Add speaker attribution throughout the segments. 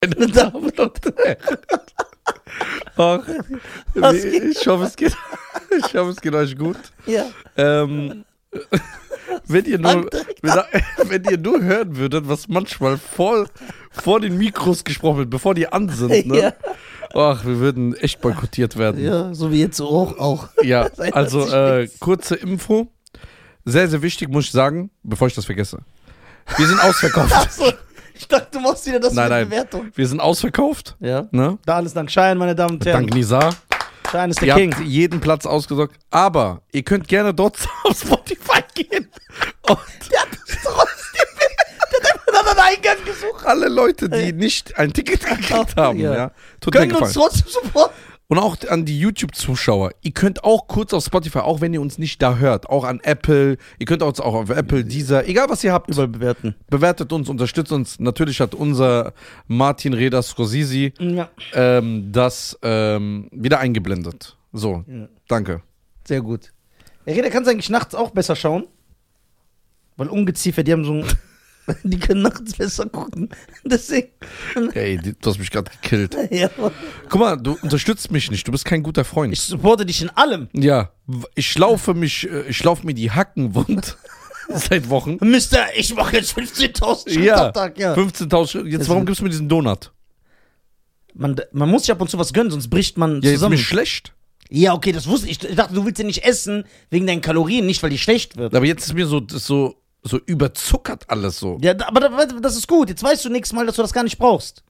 Speaker 1: einen Daumen nach unten. Ach,
Speaker 2: Was
Speaker 1: ich- ich hoffe, es geht, ich hoffe, es geht euch gut.
Speaker 2: Ja.
Speaker 1: Ähm, wenn, ihr nur,
Speaker 2: Handtrick.
Speaker 1: wenn, wenn ihr nur hören würdet, was manchmal vor, vor den Mikros gesprochen wird, bevor die an sind, ne?
Speaker 2: Ja.
Speaker 1: Ach, wir würden echt boykottiert werden.
Speaker 2: ja, so wie jetzt auch. auch.
Speaker 1: Ja,
Speaker 2: Sei das
Speaker 1: also
Speaker 2: nicht
Speaker 1: äh,
Speaker 2: schlecht.
Speaker 1: kurze Info. Sehr, sehr wichtig, muss ich sagen, bevor ich das vergesse. Wir sind ausverkauft.
Speaker 2: Achso, ich dachte, du machst wieder das
Speaker 1: Nein,
Speaker 2: mit
Speaker 1: nein.
Speaker 2: Bewertung.
Speaker 1: Wir sind ausverkauft.
Speaker 2: Ja.
Speaker 1: Ne?
Speaker 2: Da alles dank Schein, meine Damen und Herren.
Speaker 1: Dank Nizar.
Speaker 2: Schein ist
Speaker 1: Ihr
Speaker 2: der King.
Speaker 1: habt jeden Platz ausgesorgt. Aber ihr könnt gerne dort auf Spotify gehen. Und
Speaker 2: Der hat es trotzdem. Der hat einfach einen Eingang gesucht.
Speaker 1: alle Leute, die nicht ein Ticket gekriegt haben,
Speaker 2: Äh. Ja.
Speaker 1: ja. tut mir
Speaker 2: Können uns
Speaker 1: gefallen.
Speaker 2: trotzdem supporten.
Speaker 1: Und auch an die YouTube-Zuschauer. Ihr könnt auch kurz auf Spotify, auch wenn ihr uns nicht da hört, auch an Apple, ihr könnt uns auch auf Apple, dieser, egal was ihr habt.
Speaker 2: bewerten.
Speaker 1: bewertet uns, unterstützt uns. Natürlich hat unser Martin Reda Scorsisi
Speaker 2: Ja.
Speaker 1: ähm, das ähm, wieder eingeblendet. So,
Speaker 2: Ja.
Speaker 1: danke.
Speaker 2: Sehr gut. Der Reda kann eigentlich nachts auch besser schauen. Weil Ungeziefer, die haben so ein. Die können nachts besser gucken. Deswegen.
Speaker 1: Ey, die- du hast mich gerade gekillt.
Speaker 2: Ja.
Speaker 1: Guck mal, du unterstützt mich nicht. Du bist kein guter Freund.
Speaker 2: Ich supporte dich in allem.
Speaker 1: ja, w- ich laufe mich, äh, ich laufe mir die Hacken wund seit Wochen.
Speaker 2: Mister, ich mache jetzt 15.000 Schritte am Tag. Ja. Also-
Speaker 1: 15.000. Schritte. Jetzt,
Speaker 2: Das
Speaker 1: warum
Speaker 2: sind-
Speaker 1: gibst du mir diesen Donut?
Speaker 2: Man, man muss sich ab und zu was gönnen, sonst bricht man
Speaker 1: Ja, jetzt ist
Speaker 2: zusammen.
Speaker 1: mir schlecht.
Speaker 2: Ja, okay, das wusste ich. Ich dachte, du willst ja nicht essen wegen deinen Kalorien, nicht weil die schlecht wird.
Speaker 1: Aber jetzt ist mir so, das ist so, so überzuckert alles so.
Speaker 2: Ja, da- aber da- das ist gut. Jetzt weißt du nächstes Mal, dass du das gar nicht brauchst.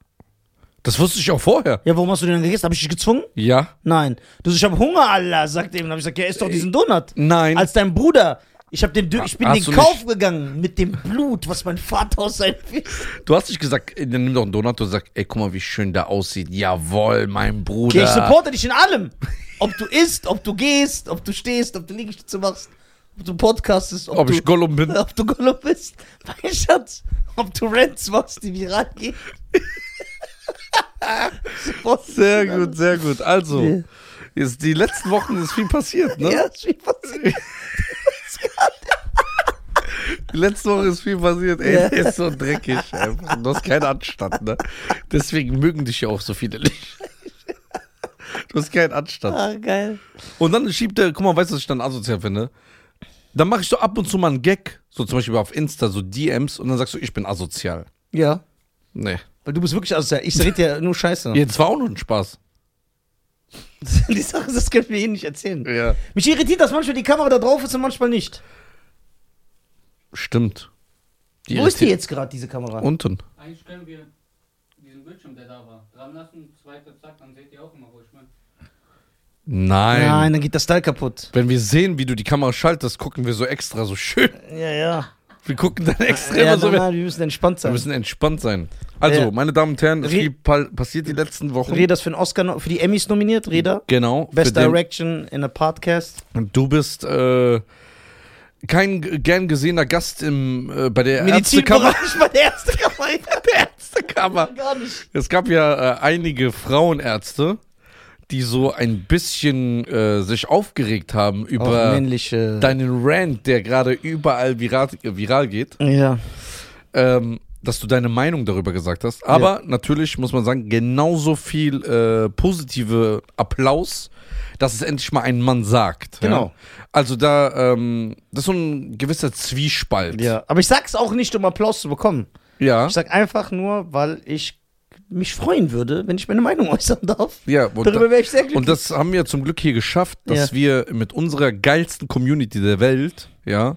Speaker 1: Das wusste ich auch vorher.
Speaker 2: Ja, warum hast du den dann gegessen? Hab ich dich gezwungen?
Speaker 1: Ja.
Speaker 2: Nein. Du so, ich habe Hunger, Allah, sagt er. ihm. Dann hab ich gesagt, ja, isst doch diesen Donut.
Speaker 1: Nein.
Speaker 2: Als dein Bruder. Ich, hab dem, Dö- ich bin
Speaker 1: Hast
Speaker 2: den
Speaker 1: du
Speaker 2: Kauf gegangen mit dem Blut, was mein Vater aus seinem Fisch.
Speaker 1: Du hast nicht gesagt, ey, dann nimm doch einen Donut und sag, ey, guck mal, wie schön der aussieht. Jawohl, mein Bruder.
Speaker 2: Ja, ich supporte dich in allem. Ob du isst, ob du gehst, ob du stehst, ob du Liegestütze machst, ob du podcastest, ob,
Speaker 1: Ob
Speaker 2: du,
Speaker 1: ich Gollum bin.
Speaker 2: ob du Gollum bist. Mein Schatz, ob du Rants machst, die viral gehen. Supporte dich in allem.
Speaker 1: sehr gut. Also,
Speaker 2: Ja.
Speaker 1: ist, die letzten Wochen ist viel passiert, ne?
Speaker 2: Ja, ist viel passiert.
Speaker 1: Die letzte Woche ist viel passiert. Ey,
Speaker 2: Ja.
Speaker 1: der ist so dreckig. Einfach. Du hast keinen Anstand, ne? Deswegen mögen dich ja auch so viele nicht. Du hast keinen Anstand.
Speaker 2: Ah, geil.
Speaker 1: Und dann schiebt er, guck mal, weißt du, was ich dann asozial finde? Dann mache ich so ab und zu mal einen Gag, so zum Beispiel auf Insta, so DMs, und dann sagst du, ich bin asozial.
Speaker 2: Ja.
Speaker 1: Nee.
Speaker 2: Weil du bist wirklich aus der. Ich rede ja nur Scheiße.
Speaker 1: Jetzt war auch nur ein Spaß.
Speaker 2: Die Sache ist, das können wir Ihnen nicht erzählen.
Speaker 1: Ja.
Speaker 2: Mich irritiert, dass manchmal die Kamera da drauf ist und manchmal nicht.
Speaker 1: Stimmt.
Speaker 2: Wo ist die jetzt gerade, diese Kamera?
Speaker 1: Unten.
Speaker 3: Eigentlich können wir diesen Bildschirm, der da war, dran lassen, zweiter Zack, dann seht ihr auch immer, wo ich bin.
Speaker 1: Nein.
Speaker 2: Nein, dann geht das Teil kaputt.
Speaker 1: Wenn wir sehen, wie du die Kamera schaltest, gucken wir so extra so schön.
Speaker 2: Ja, ja.
Speaker 1: Wir gucken dann extra
Speaker 2: ja
Speaker 1: immer so. Wir
Speaker 2: nein, wir müssen entspannt sein.
Speaker 1: müssen entspannt sein. Also,
Speaker 2: Ja.
Speaker 1: meine Damen und Herren, es
Speaker 2: Re-
Speaker 1: viel pa passiert die letzten Wochen.
Speaker 2: Reda ist für den Oscar, no- für die Emmys nominiert, Reda.
Speaker 1: Genau. für
Speaker 2: Best
Speaker 1: den-
Speaker 2: Direction in a Podcast.
Speaker 1: Du bist äh, kein g- gern gesehener Gast im, äh, bei der Ärztekammer.
Speaker 2: Medizinbereich bei der Ärztekammer.
Speaker 1: Der Ärztekammer.
Speaker 2: Gar nicht.
Speaker 1: Es gab ja äh, einige Frauenärzte, die so ein bisschen äh, sich aufgeregt haben
Speaker 2: Auch
Speaker 1: über
Speaker 2: männliche.
Speaker 1: deinen Rant, der gerade überall viral, äh, viral geht,
Speaker 2: ja.
Speaker 1: ähm, dass du deine Meinung darüber gesagt hast. Aber natürlich muss man sagen, genauso viel äh, positive Applaus, dass es endlich mal ein Mann sagt.
Speaker 2: Genau.
Speaker 1: Ja? Also da, ähm, das ist so ein gewisser Zwiespalt.
Speaker 2: ja. Aber ich sag's auch nicht, um Applaus zu bekommen.
Speaker 1: Ja.
Speaker 2: Ich sag einfach nur, weil ich mich freuen würde, wenn ich meine Meinung äußern darf.
Speaker 1: ja und,
Speaker 2: Darüber
Speaker 1: da,
Speaker 2: wäre ich sehr glücklich.
Speaker 1: und das haben wir zum Glück hier geschafft, dass
Speaker 2: Ja.
Speaker 1: wir mit unserer geilsten Community der Welt, ja,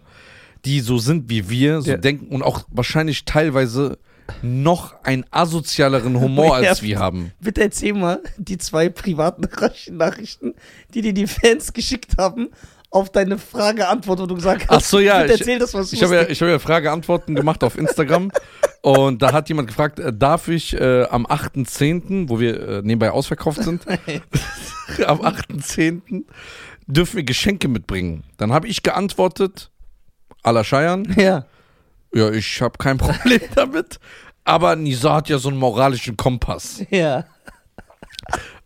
Speaker 1: die so sind wie wir, so
Speaker 2: Ja.
Speaker 1: denken und auch wahrscheinlich teilweise noch einen asozialeren Humor als
Speaker 2: Ja.
Speaker 1: wir haben.
Speaker 2: Bitte erzähl mal die zwei privaten Nachrichten, die dir die Fans geschickt haben, auf deine Frage-Antwort, wo du gesagt hast.
Speaker 1: Ach so, ja,
Speaker 2: Bitte
Speaker 1: ich-
Speaker 2: erzähl das, was
Speaker 1: Ich habe ja, ich hab ja Frage-Antworten gemacht auf Instagram und da hat jemand gefragt, äh, darf ich äh, am 8.10., wo wir äh, nebenbei ausverkauft sind, am 8.10. dürfen wir Geschenke mitbringen. Dann habe ich geantwortet, à la Scheiern,
Speaker 2: ja.
Speaker 1: ja, ich habe kein Problem damit, aber Nisa hat ja so einen moralischen Kompass.
Speaker 2: Ja.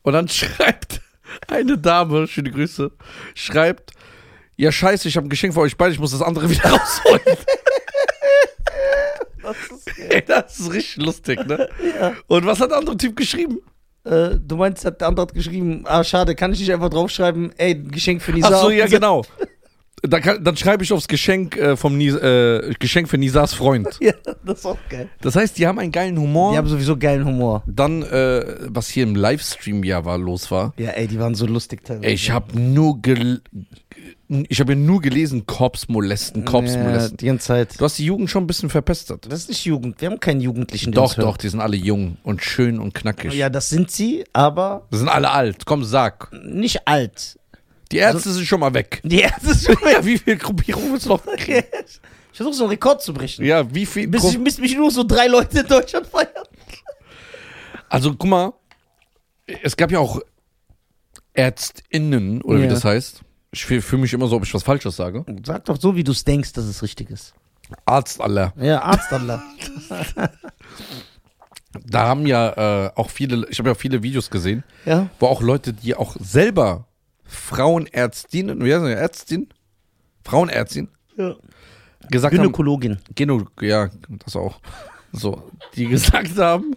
Speaker 1: Und dann schreibt eine Dame, schöne Grüße, schreibt, ja scheiße, ich habe ein Geschenk für euch beide, ich muss das andere wieder rausholen.
Speaker 2: Das ist
Speaker 1: Ey, das ist richtig lustig, ne? Und was hat der andere Typ geschrieben?
Speaker 2: Äh, du meinst, hat der andere hat geschrieben, ah, schade, kann ich nicht einfach draufschreiben, ey, ein Geschenk für Nisa.
Speaker 1: Ach so, ja, genau. Da kann, dann schreibe ich aufs Geschenk äh, vom Nis, äh, Geschenk für Nisas Freund.
Speaker 2: Ja, das ist auch geil.
Speaker 1: Das heißt, die haben einen geilen Humor.
Speaker 2: Die haben sowieso geilen Humor.
Speaker 1: dann, äh, was hier im Livestream ja war, los war.
Speaker 2: Ja, ey, die waren so lustig teilweise.
Speaker 1: Ey, ich habe nur gel ich habe ja nur gelesen, Cops molesten, Cops
Speaker 2: ja,
Speaker 1: molesten.
Speaker 2: die ganze Zeit.
Speaker 1: Du hast die Jugend schon ein bisschen verpestet.
Speaker 2: Das ist nicht Jugend. Wir haben keinen Jugendlichen,
Speaker 1: Doch,
Speaker 2: uns hört.
Speaker 1: doch, die sind alle jung und schön und knackig.
Speaker 2: Ja, das sind sie, aber
Speaker 1: Die sind alle alt. Komm, sag.
Speaker 2: nicht alt.
Speaker 1: Die Ärzte
Speaker 2: Also-
Speaker 1: sind schon mal weg.
Speaker 2: Die erste ist schon
Speaker 1: Ja, wie viel Gruppierung ist noch?
Speaker 2: Ich versuche so einen Rekord zu brechen.
Speaker 1: Ja, wie viel?
Speaker 2: Bis, ich, bis mich nur so drei Leute in Deutschland feiern.
Speaker 1: Also guck mal, es gab ja auch ÄrztInnen, oder wie
Speaker 2: Ja.
Speaker 1: das heißt. Ich fühle mich immer so, ob ich was Falsches sage.
Speaker 2: Sag doch so, wie du es denkst, dass es richtig ist.
Speaker 1: Arzt aller.
Speaker 2: Ja, Arzt Allah.
Speaker 1: Da haben ja äh, auch viele, ich habe ja viele Videos gesehen,
Speaker 2: ja.
Speaker 1: wo auch Leute, die auch selber Frauenärztinnen, wie heißt das, Ärztin? Frauenärztin?
Speaker 2: ja.
Speaker 1: Gesagt haben,
Speaker 2: Gynäkologin.
Speaker 1: Geno, ja, das auch. So, die gesagt haben,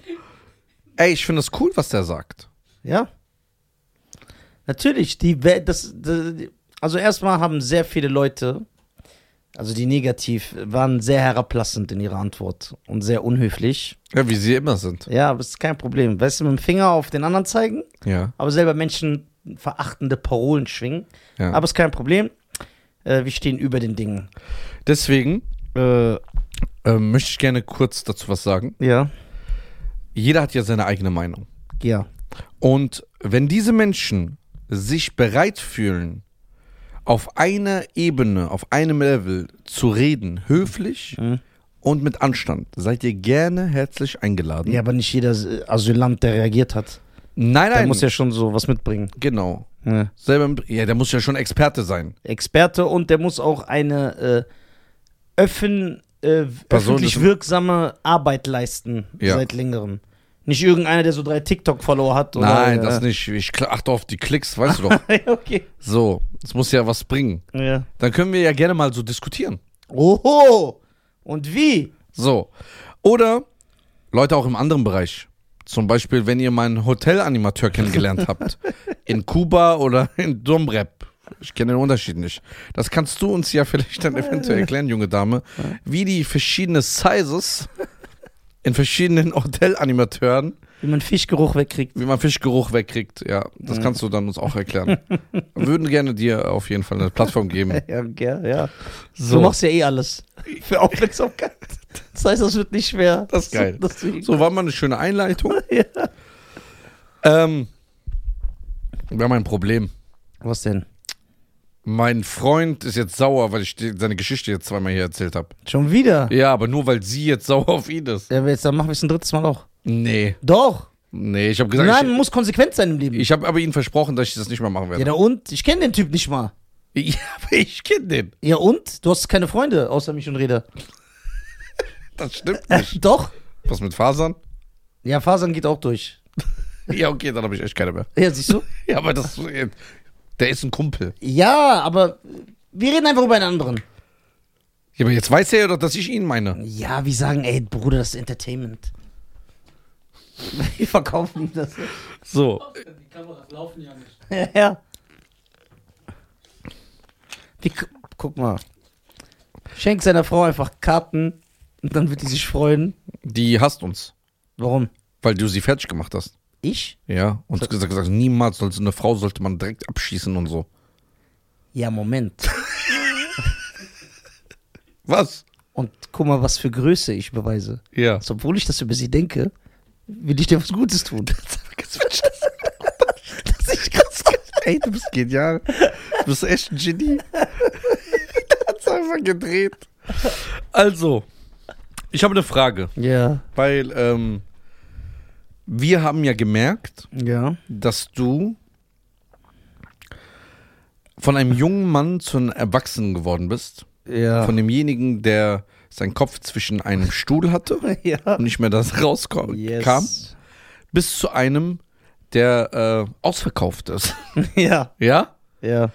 Speaker 1: ey, ich finde das cool, was der sagt.
Speaker 2: Ja. Natürlich, die Welt, das, d- also erstmal haben sehr viele Leute, also die negativ, waren sehr herablassend in ihrer Antwort und sehr unhöflich.
Speaker 1: Ja, wie sie immer sind.
Speaker 2: Ja, aber es ist kein Problem. Weißt du, mit dem Finger auf den anderen zeigen,
Speaker 1: Ja,
Speaker 2: aber selber Menschen verachtende Parolen schwingen.
Speaker 1: ja.
Speaker 2: Aber ist kein Problem. Äh, wir stehen über den Dingen.
Speaker 1: Deswegen
Speaker 2: Äh,
Speaker 1: ähm, möchte ich gerne kurz dazu was sagen.
Speaker 2: ja.
Speaker 1: Jeder hat ja seine eigene Meinung.
Speaker 2: Ja.
Speaker 1: Und wenn diese Menschen sich bereit fühlen, auf einer Ebene, auf einem Level zu reden, höflich
Speaker 2: Mhm.
Speaker 1: und mit Anstand, seid ihr gerne herzlich eingeladen.
Speaker 2: Ja, aber nicht jeder äh, Asylant, der reagiert hat,
Speaker 1: Nein,
Speaker 2: der
Speaker 1: nein,
Speaker 2: muss ja schon so was mitbringen.
Speaker 1: genau.
Speaker 2: Ja.
Speaker 1: Selber, mit- ja, der muss ja schon Experte sein.
Speaker 2: Experte und der muss auch eine äh, öffn, äh,
Speaker 1: Person
Speaker 2: öffentlich
Speaker 1: des-
Speaker 2: wirksame Arbeit leisten
Speaker 1: Ja.
Speaker 2: seit längerem. Nicht irgendeiner, der so drei TikTok-Follower hat. Oder,
Speaker 1: Nein, das
Speaker 2: äh,
Speaker 1: nicht. Ich kl- achte auf die Klicks, weißt du doch.
Speaker 2: okay.
Speaker 1: So, es muss ja was bringen.
Speaker 2: Ja.
Speaker 1: Dann können wir ja gerne mal so diskutieren.
Speaker 2: Oho! Und wie?
Speaker 1: So. Oder Leute auch im anderen Bereich. Zum Beispiel, wenn ihr mal einen Hotelanimateur kennengelernt habt. In Kuba oder in Domrep. Ich kenne den Unterschied nicht. Das kannst du uns ja vielleicht dann eventuell erklären, junge Dame, wie die verschiedenen Sizes in verschiedenen Hotelanimateuren,
Speaker 2: Wie man Fischgeruch wegkriegt.
Speaker 1: wie man Fischgeruch wegkriegt. Ja, das
Speaker 2: Mhm.
Speaker 1: kannst du dann uns auch erklären. Wir würden gerne dir auf jeden Fall eine Plattform geben.
Speaker 2: Ja, ja, ja.
Speaker 1: So.
Speaker 2: Du machst ja eh alles. Für Aufmerksamkeit. Das heißt, das wird nicht schwer.
Speaker 1: Das ist geil.
Speaker 2: Das, das,
Speaker 1: So war mal eine schöne Einleitung.
Speaker 2: Ja.
Speaker 1: Ähm, wir haben ein Problem.
Speaker 2: Was denn?
Speaker 1: Mein Freund ist jetzt sauer, weil ich die- seine Geschichte jetzt zweimal hier erzählt habe.
Speaker 2: Schon wieder?
Speaker 1: Ja, aber nur weil sie jetzt sauer auf ihn ist.
Speaker 2: Ja, aber jetzt dann machen wir es ein drittes Mal auch.
Speaker 1: Nee,
Speaker 2: Doch.
Speaker 1: nee, ich habe
Speaker 2: Nein,
Speaker 1: gesagt,
Speaker 2: man muss konsequent sein im
Speaker 1: ich,
Speaker 2: Leben.
Speaker 1: ich habe aber ihnen versprochen, dass ich das nicht mehr machen
Speaker 2: ja,
Speaker 1: werde.
Speaker 2: na und? Ich kenne den Typ nicht mal.
Speaker 1: Ja, aber ich kenne den.
Speaker 2: Ja und? Du hast keine Freunde außer mich und Reda.
Speaker 1: Das stimmt nicht.
Speaker 2: Doch?
Speaker 1: Was mit Fasern?
Speaker 2: Ja, Fasern geht auch durch.
Speaker 1: Ja, okay, dann habe ich echt keine mehr.
Speaker 2: Ja, siehst du?
Speaker 1: Ja, aber das, der ist ein Kumpel.
Speaker 2: ja, aber wir reden einfach über einen anderen.
Speaker 1: Ja, aber jetzt weiß er ja doch, dass ich ihn meine.
Speaker 2: Ja, wir sagen, ey, Bruder, das ist Entertainment. Wir verkaufen ihm das.
Speaker 1: So,
Speaker 3: Die Kameras laufen ja nicht.
Speaker 2: Ja, ja. Wie, gu- guck mal. Schenk seiner Frau einfach Karten und dann wird die sich freuen.
Speaker 1: die hasst uns,
Speaker 2: Warum?
Speaker 1: weil du sie fertig gemacht hast.
Speaker 2: Ich?
Speaker 1: Ja, und hat gesagt, gesagt, niemals sollte eine Frau sollte man direkt abschießen und so.
Speaker 2: Ja, Moment.
Speaker 1: Was?
Speaker 2: Und guck mal, was für Größe ich beweise.
Speaker 1: Ja.
Speaker 2: Also, obwohl ich das über sie denke, will ich dir was Gutes tun. Dass ich krass
Speaker 1: Ey, du bist genial. Du bist echt ein Genie. Der hat's einfach gedreht. Also, ich habe eine Frage,
Speaker 2: Ja,
Speaker 1: weil ähm, wir haben ja gemerkt,
Speaker 2: ja.
Speaker 1: dass du von einem jungen Mann zu einem Erwachsenen geworden bist.
Speaker 2: Ja.
Speaker 1: Von demjenigen, der seinen Kopf zwischen einem Stuhl hatte
Speaker 2: ja.
Speaker 1: und nicht mehr das rauskam, kam.
Speaker 2: Yes.
Speaker 1: bis zu einem, der äh, ausverkauft ist.
Speaker 2: Ja,
Speaker 1: ja?
Speaker 2: ja.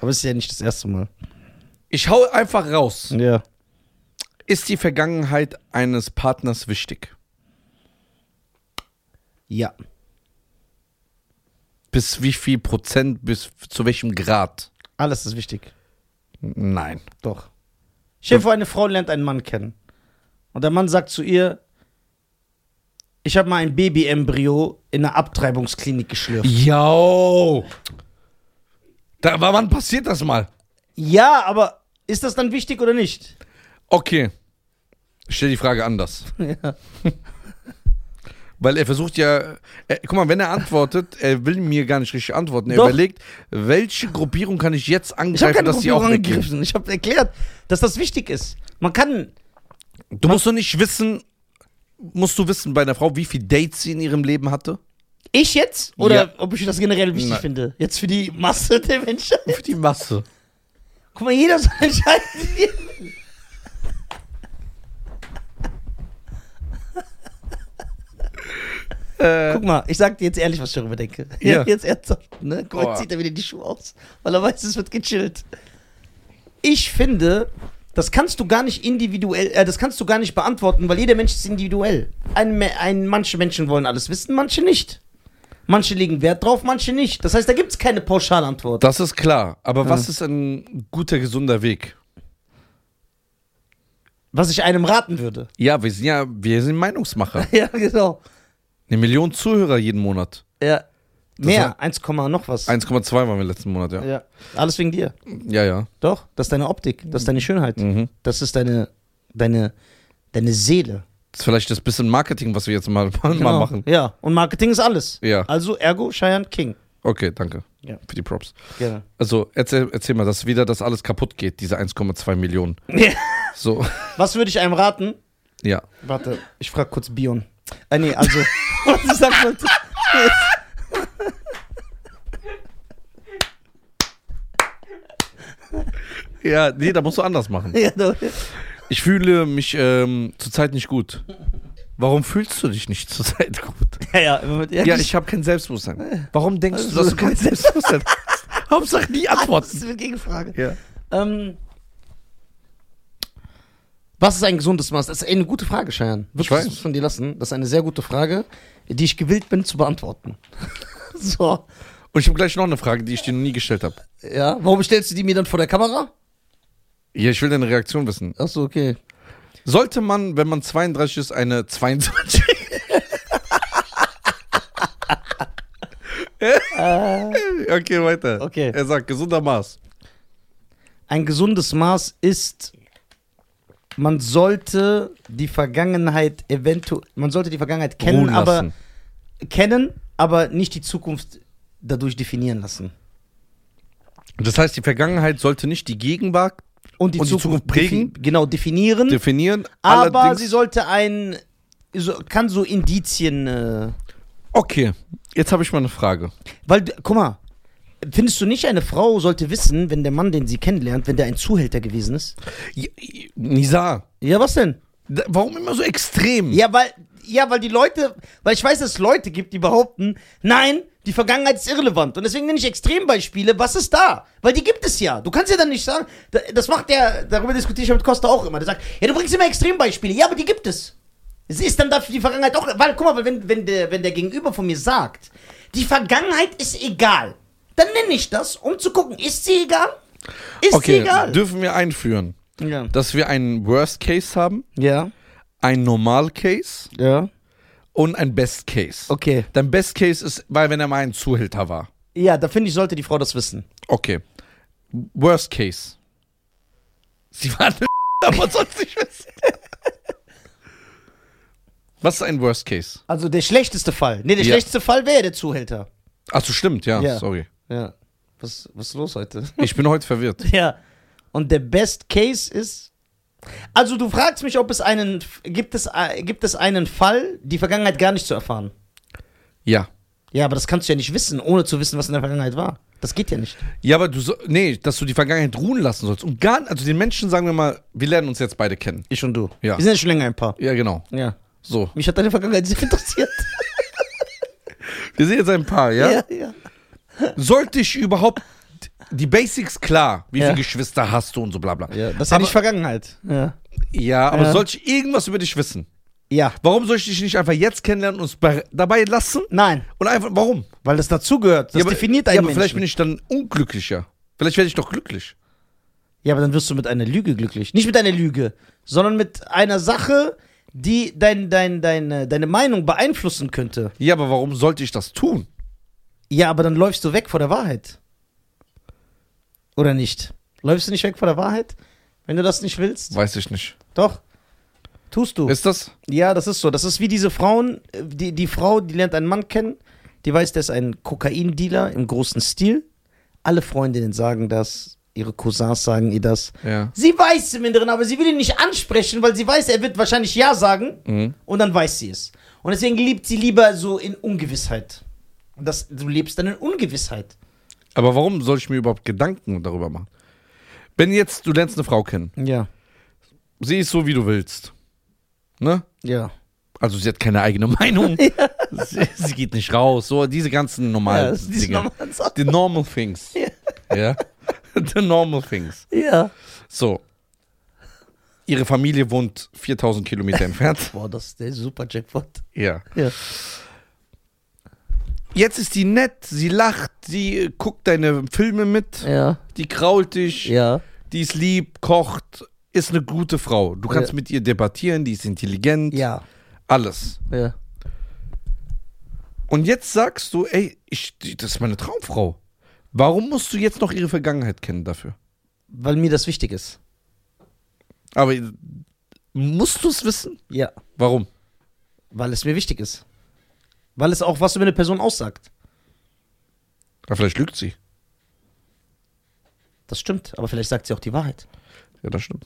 Speaker 2: Aber es ist ja nicht das erste Mal.
Speaker 1: Ich hau einfach raus.
Speaker 2: Ja.
Speaker 1: Ist die Vergangenheit eines Partners wichtig?
Speaker 2: Ja.
Speaker 1: Bis wie viel Prozent, bis zu welchem Grad?
Speaker 2: Alles ist wichtig.
Speaker 1: Nein.
Speaker 2: Doch. Stell dir vor, eine Frau lernt einen Mann kennen. Und der Mann sagt zu ihr, ich habe mal ein Babyembryo in einer Abtreibungsklinik geschlürft.
Speaker 1: Yo! Da, wa- wann passiert das mal?
Speaker 2: Ja, aber ist das dann wichtig oder nicht?
Speaker 1: Okay. Ich stell die Frage anders.
Speaker 2: Ja.
Speaker 1: Weil er versucht ja, er, guck mal, wenn er antwortet, er will mir gar nicht richtig antworten. Er
Speaker 2: Doch.
Speaker 1: überlegt, welche Gruppierung kann ich jetzt
Speaker 2: Ich habe
Speaker 1: angreifen,
Speaker 2: keine
Speaker 1: dass die auch
Speaker 2: Gruppierung
Speaker 1: weggehen.
Speaker 2: angegriffen. Ich habe erklärt, dass das wichtig ist. Man kann,
Speaker 1: Du musst doch nicht wissen, musst du wissen bei einer Frau, wie viele Dates sie in ihrem Leben hatte?
Speaker 2: ich jetzt, oder
Speaker 1: Ja.
Speaker 2: ob ich das generell wichtig
Speaker 1: Nein.
Speaker 2: finde, jetzt für die Masse der Menschen.
Speaker 1: Für die Masse.
Speaker 2: Guck mal, jeder soll entscheiden. wie er will. Guck mal, ich sag dir jetzt ehrlich, was ich darüber denke.
Speaker 1: Äh. Ja.
Speaker 2: Jetzt ernsthaft, ne? Guck mal,
Speaker 1: Boah.
Speaker 2: jetzt zieht er wieder die Schuhe aus, weil er weiß, es wird gechillt. Ich finde, das kannst du gar nicht individuell, äh, das kannst du gar nicht beantworten, weil jeder Mensch ist individuell. Ein, Me- ein, manche Menschen wollen alles wissen, manche nicht. Manche legen Wert drauf, manche nicht. Das heißt, da gibt es keine Pauschalantwort.
Speaker 1: Das ist klar. Aber was ist ein guter, gesunder Weg?
Speaker 2: Was ich einem raten würde.
Speaker 1: Ja, wir sind ja, wir sind Meinungsmacher.
Speaker 2: Ja, genau.
Speaker 1: Eine Million Zuhörer jeden Monat.
Speaker 2: Ja.
Speaker 1: war-
Speaker 2: Mehr, 1, Komma noch was.
Speaker 1: 1,2 waren wir letzten Monat, ja.
Speaker 2: Ja. Alles wegen dir.
Speaker 1: Ja, ja.
Speaker 2: Doch, das ist deine Optik, das ist deine Schönheit, das ist deine, deine, deine Seele.
Speaker 1: Das ist vielleicht das bisschen Marketing, was wir jetzt mal, mal
Speaker 2: Genau.
Speaker 1: machen.
Speaker 2: Ja, und Marketing ist alles.
Speaker 1: Ja.
Speaker 2: Also ergo Cheyenne King.
Speaker 1: Okay, danke
Speaker 2: Ja.
Speaker 1: für die Props.
Speaker 2: Gerne.
Speaker 1: Also erzähl, erzähl mal, dass wieder das alles kaputt geht, diese 1,2 Millionen. So,
Speaker 2: Was würde ich einem raten?
Speaker 1: ja.
Speaker 2: Warte, ich frage kurz Bion. Äh, nee, also, was ich sagen wollte.
Speaker 1: Ja, nee, da musst du anders machen.
Speaker 2: Ja, da-
Speaker 1: Ich fühle mich ähm, zurzeit nicht gut. Warum fühlst du dich nicht zurzeit gut?
Speaker 2: ja, ja, immer mit- ja,
Speaker 1: Ja, ich habe kein Selbstbewusstsein. Warum denkst du, dass du kein Selbstbewusstsein hast? Hauptsache die
Speaker 2: Ah, Das
Speaker 1: Antworten.
Speaker 2: ist eine Gegenfrage.
Speaker 1: Ja.
Speaker 2: Ähm, was ist ein gesundes Maß? Das ist eine gute Frage, Cheyenne. Wirklich,
Speaker 1: weiß.
Speaker 2: das muss ich von dir lassen. Das ist eine sehr gute Frage, die ich gewillt bin zu beantworten. so.
Speaker 1: Und ich habe gleich noch eine Frage, die ich dir noch nie gestellt habe.
Speaker 2: Ja, warum stellst du die mir dann vor der Kamera?
Speaker 1: Ja, ich will deine Reaktion wissen.
Speaker 2: Achso, okay.
Speaker 1: Sollte man, wenn man 32 ist, eine 22? okay, weiter.
Speaker 2: Äh. Okay.
Speaker 1: Er sagt, gesunder Maß.
Speaker 2: Ein gesundes Maß ist, man sollte die Vergangenheit eventuell, man sollte die Vergangenheit kennen,
Speaker 1: Ruhen
Speaker 2: aber
Speaker 1: lassen.
Speaker 2: kennen, aber nicht die Zukunft dadurch definieren lassen.
Speaker 1: Das heißt, die Vergangenheit sollte nicht die Gegenwart
Speaker 2: Und die,
Speaker 1: Und die
Speaker 2: Zukunft,
Speaker 1: Zukunft prägen?
Speaker 2: defi- Genau, definieren.
Speaker 1: definieren.
Speaker 2: aber
Speaker 1: allerdings-
Speaker 2: sie sollte ein, so, kann so Indizien, äh,
Speaker 1: Okay, jetzt habe ich mal eine Frage.
Speaker 2: weil, du- guck mal, findest du nicht, eine Frau sollte wissen, wenn der Mann, den sie kennenlernt, wenn der ein Zuhälter gewesen ist?
Speaker 1: Nisa,
Speaker 2: Ja, was denn?
Speaker 1: da- warum immer so extrem?
Speaker 2: Ja, weil, ja, weil die Leute, weil ich weiß, dass es Leute gibt, die behaupten, nein, die Vergangenheit ist irrelevant. Und deswegen nenne ich Extrembeispiele. Was ist da? Weil die gibt es ja. Du kannst ja dann nicht sagen, da- das macht der, darüber diskutiere ich mit Costa auch immer. Der sagt, ja, du bringst immer Extrembeispiele. Ja, aber die gibt es. Es ist dann dafür die Vergangenheit auch, weil, guck mal, weil wenn, wenn, der, wenn der Gegenüber von mir sagt, die Vergangenheit ist egal, dann nenne ich das, um zu gucken, ist sie egal? Ist sie
Speaker 1: okay,
Speaker 2: egal?
Speaker 1: dürfen wir einführen,
Speaker 2: Ja.
Speaker 1: dass wir einen Worst Case haben,
Speaker 2: Ja,
Speaker 1: einen Normal Case
Speaker 2: ja.
Speaker 1: und einen Best Case.
Speaker 2: Okay.
Speaker 1: Dein Best Case ist, weil wenn er mal ein Zuhälter war.
Speaker 2: Ja, da finde ich, sollte die Frau das wissen.
Speaker 1: Okay. Worst Case. Sie war eine aber sonst nicht wissen. Was ist ein Worst Case?
Speaker 2: Also der schlechteste Fall. Nee, der
Speaker 1: Ja.
Speaker 2: schlechteste Fall wäre der Zuhälter.
Speaker 1: Achso, stimmt, ja,
Speaker 2: Ja.
Speaker 1: sorry.
Speaker 2: Ja. Was, was ist los heute?
Speaker 1: Ich bin heute verwirrt.
Speaker 2: ja. Und der Best Case ist. Also du fragst mich, ob es einen. Gibt es, äh, gibt es einen Fall, die Vergangenheit gar nicht zu erfahren?
Speaker 1: Ja.
Speaker 2: Ja, aber das kannst du ja nicht wissen, ohne zu wissen, was in der Vergangenheit war. Das geht ja nicht.
Speaker 1: Ja, aber du so, nee, dass du die Vergangenheit ruhen lassen sollst. Und gar, also den Menschen sagen wir mal, wir lernen uns jetzt beide kennen.
Speaker 2: Ich und du.
Speaker 1: Ja.
Speaker 2: Wir sind ja schon länger ein Paar.
Speaker 1: Ja, genau.
Speaker 2: Ja.
Speaker 1: So.
Speaker 2: Mich hat deine Vergangenheit sehr interessiert.
Speaker 1: Wir sind jetzt ein Paar, ja?
Speaker 2: ja, ja.
Speaker 1: Sollte ich überhaupt die Basics klar, wie
Speaker 2: Ja.
Speaker 1: viele Geschwister hast du und so bla bla.
Speaker 2: Das ist ja
Speaker 1: Aber-
Speaker 2: nicht Vergangenheit. Ja.
Speaker 1: Ja, aber
Speaker 2: Ja.
Speaker 1: soll ich irgendwas über dich wissen?
Speaker 2: Ja.
Speaker 1: Warum soll ich dich nicht einfach jetzt kennenlernen und es bei- dabei lassen?
Speaker 2: Nein,
Speaker 1: Und einfach, warum?
Speaker 2: weil das dazugehört. Das
Speaker 1: aber-
Speaker 2: definiert
Speaker 1: ja,
Speaker 2: einen
Speaker 1: aber
Speaker 2: Menschen.
Speaker 1: vielleicht bin ich dann unglücklicher. Vielleicht werde ich doch glücklich.
Speaker 2: ja, aber dann wirst du mit einer Lüge glücklich. Nicht mit einer Lüge, sondern mit einer Sache, die dein, dein, deine, deine Meinung beeinflussen könnte.
Speaker 1: Ja, aber warum sollte ich das tun?
Speaker 2: Ja, aber dann läufst du weg vor der Wahrheit. Oder nicht? Läufst du nicht weg vor der Wahrheit, wenn du das nicht willst?
Speaker 1: Weiß ich nicht.
Speaker 2: Doch. Tust du.
Speaker 1: Ist das?
Speaker 2: Ja, das ist so. Das ist wie diese Frauen, äh, die, die Frau, die lernt einen Mann kennen, die weiß, der ist ein Kokaindealer im großen Stil. Alle Freundinnen sagen das, ihre Cousins sagen ihr das.
Speaker 1: Ja.
Speaker 2: Sie weiß im Inneren, aber sie will ihn nicht ansprechen, weil sie weiß, er wird wahrscheinlich Ja sagen
Speaker 1: Mhm.
Speaker 2: und dann weiß sie es. Und deswegen lebt sie lieber so in Ungewissheit. Und das, du lebst dann in Ungewissheit.
Speaker 1: Aber warum soll ich mir überhaupt Gedanken darüber machen? Wenn jetzt, du lernst eine Frau kennen.
Speaker 2: Ja,
Speaker 1: Sie ist so, wie du willst. Ne?
Speaker 2: ja.
Speaker 1: Also sie hat keine eigene Meinung. sie, sie geht nicht raus. So diese ganzen normalen
Speaker 2: Ja, das ist
Speaker 1: Dinge.
Speaker 2: nochmal eine Sache.
Speaker 1: The normal things. ja. The normal things.
Speaker 2: Ja.
Speaker 1: So. Ihre Familie wohnt 4000 Kilometer entfernt.
Speaker 2: Boah, das ist der super Jackpot.
Speaker 1: Ja.
Speaker 2: Ja.
Speaker 1: Jetzt ist die nett, sie lacht, sie äh, guckt deine Filme mit,
Speaker 2: Ja.
Speaker 1: die krault dich,
Speaker 2: Ja.
Speaker 1: die ist lieb, kocht, ist eine gute Frau. Du kannst
Speaker 2: Ja.
Speaker 1: mit ihr debattieren, die ist intelligent,
Speaker 2: Ja.
Speaker 1: alles.
Speaker 2: Ja.
Speaker 1: Und jetzt sagst du, ey, ich, die- das ist meine Traumfrau. Warum musst du jetzt noch ihre Vergangenheit kennen dafür?
Speaker 2: Weil mir das wichtig ist.
Speaker 1: Aber äh, musst du es wissen?
Speaker 2: Ja.
Speaker 1: Warum?
Speaker 2: Weil es mir wichtig ist. Weil es auch was über eine Person aussagt.
Speaker 1: Ja, vielleicht lügt sie.
Speaker 2: Das stimmt, aber vielleicht sagt sie auch die Wahrheit.
Speaker 1: Ja, das stimmt.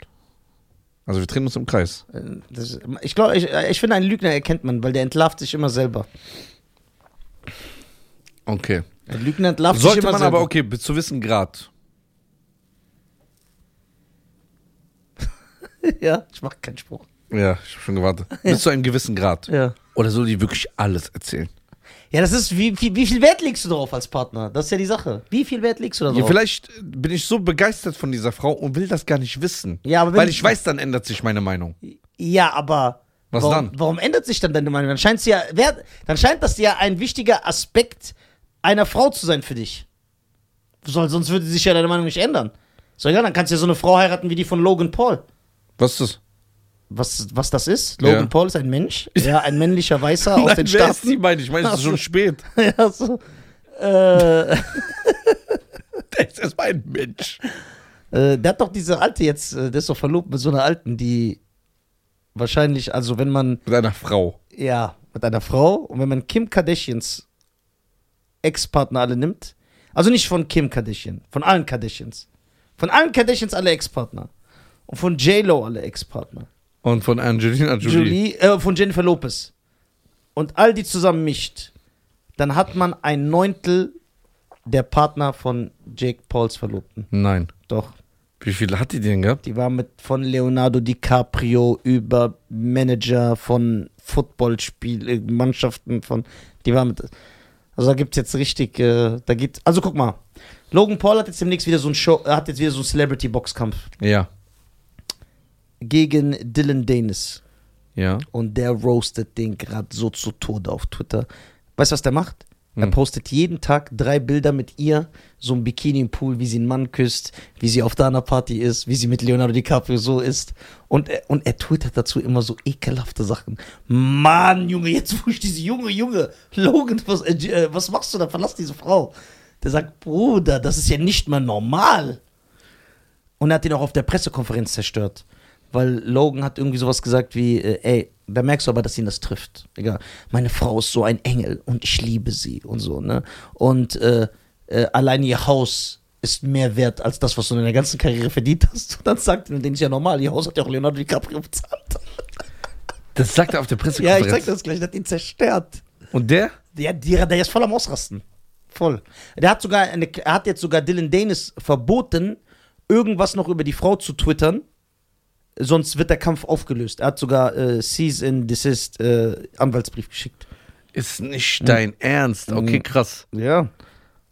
Speaker 1: Also wir drehen uns im Kreis.
Speaker 2: Äh, Das, ich glaube, ich, ich finde, einen Lügner erkennt man, weil der entlarvt sich immer selber.
Speaker 1: Okay.
Speaker 2: Ein Lügner entlarvt sich
Speaker 1: Sollte
Speaker 2: immer
Speaker 1: man
Speaker 2: selber.
Speaker 1: aber, okay, bis zu wissen Grad.
Speaker 2: ja, ich mache keinen Spruch.
Speaker 1: Ja, ich habe schon gewartet. Bis zu einem gewissen Grad.
Speaker 2: Ja.
Speaker 1: Oder soll die wirklich alles erzählen?
Speaker 2: Ja, das ist, wie, wie, wie viel Wert legst du drauf als Partner? Das ist ja die Sache. Wie viel Wert legst du da drauf?
Speaker 1: Ja, vielleicht bin ich so begeistert von dieser Frau und will das gar nicht wissen.
Speaker 2: Ja, aber wenn-
Speaker 1: weil ich weiß, dann ändert sich meine Meinung.
Speaker 2: Ja, aber.
Speaker 1: Was
Speaker 2: warum,
Speaker 1: dann?
Speaker 2: Warum ändert sich dann deine Meinung? Dann, scheint's ja, wer, dann scheint das ja ein wichtiger Aspekt einer Frau zu sein für dich. Soll, sonst würde sich ja deine Meinung nicht ändern. So, ja, dann kannst du ja so eine Frau heiraten wie die von Logan Paul.
Speaker 1: Was ist
Speaker 2: Was, was das ist? Logan
Speaker 1: Ja.
Speaker 2: Paul ist ein Mensch. Ja, ein männlicher Weißer
Speaker 1: das?
Speaker 2: aus den
Speaker 1: wer ist
Speaker 2: Staaten.
Speaker 1: die meine ich? Ich meine, es ist schon spät.
Speaker 2: ja, so. äh,
Speaker 1: Der ist erstmal ein Mensch.
Speaker 2: äh, der hat doch diese alte jetzt, äh, der ist doch verlobt mit so einer alten, die wahrscheinlich, also wenn man
Speaker 1: Mit einer Frau.
Speaker 2: Ja, mit einer Frau. Und wenn man Kim Kardashians Ex-Partner alle nimmt, also nicht von Kim Kardashian, von allen Kardashians. Von allen Kardashians alle Ex-Partner. Und von J-Lo alle Ex-Partner.
Speaker 1: Und von Angelina Jolie.
Speaker 2: Julie, äh, von Jennifer Lopez. Und all die zusammen mischt, dann hat man ein Neuntel der Partner von Jake Pauls Verlobten.
Speaker 1: Nein.
Speaker 2: Doch.
Speaker 1: Wie viele hat die denn gehabt?
Speaker 2: Die war mit von Leonardo DiCaprio über Manager von Footballspiel, äh, Mannschaften von. Die war mit. Also da gibt's jetzt richtig, äh, da geht. Also guck mal, Logan Paul hat jetzt demnächst wieder so ein Show, er hat jetzt wieder so einen Celebrity Boxkampf
Speaker 1: Ja.
Speaker 2: gegen Dylan Danis
Speaker 1: Ja.
Speaker 2: und der roastet den gerade so zu Tode auf Twitter. Weißt du, was der macht? Er
Speaker 1: Hm.
Speaker 2: postet jeden Tag drei Bilder mit ihr, so ein Bikini im Pool, wie sie einen Mann küsst, wie sie auf deiner Party ist, wie sie mit Leonardo DiCaprio so ist. Und er, und er twittert dazu immer so ekelhafte Sachen. Mann, Junge, jetzt wo ich diese junge, junge, Logan, was, äh, äh, was machst du da? Verlass diese Frau. Der sagt, Bruder, das ist ja nicht mal normal. Und er hat ihn auch auf der Pressekonferenz zerstört. Weil Logan hat irgendwie sowas gesagt wie, äh, ey, da merkst du aber, dass ihn das trifft. Egal. Meine Frau ist so ein Engel und ich liebe sie und so, ne? Und äh, äh, allein ihr Haus ist mehr wert als das, was du in deiner ganzen Karriere verdient hast. Und dann sagt er, den ist ja normal, ihr Haus hat ja auch Leonardo DiCaprio bezahlt.
Speaker 1: Das sagt er auf der
Speaker 2: Ja,
Speaker 1: Pressekonferenz.
Speaker 2: ich sag das gleich, der hat ihn zerstört.
Speaker 1: Und der?
Speaker 2: Ja, der, der ist voll am Ausrasten. Voll. Der hat sogar eine, er hat jetzt sogar Dylan Danis verboten, irgendwas noch über die Frau zu twittern. Sonst wird der Kampf aufgelöst. Er hat sogar äh, Cease and Desist äh, Anwaltsbrief geschickt.
Speaker 1: Ist
Speaker 2: Hm.
Speaker 1: nicht dein Ernst. Okay, krass.
Speaker 2: Ja.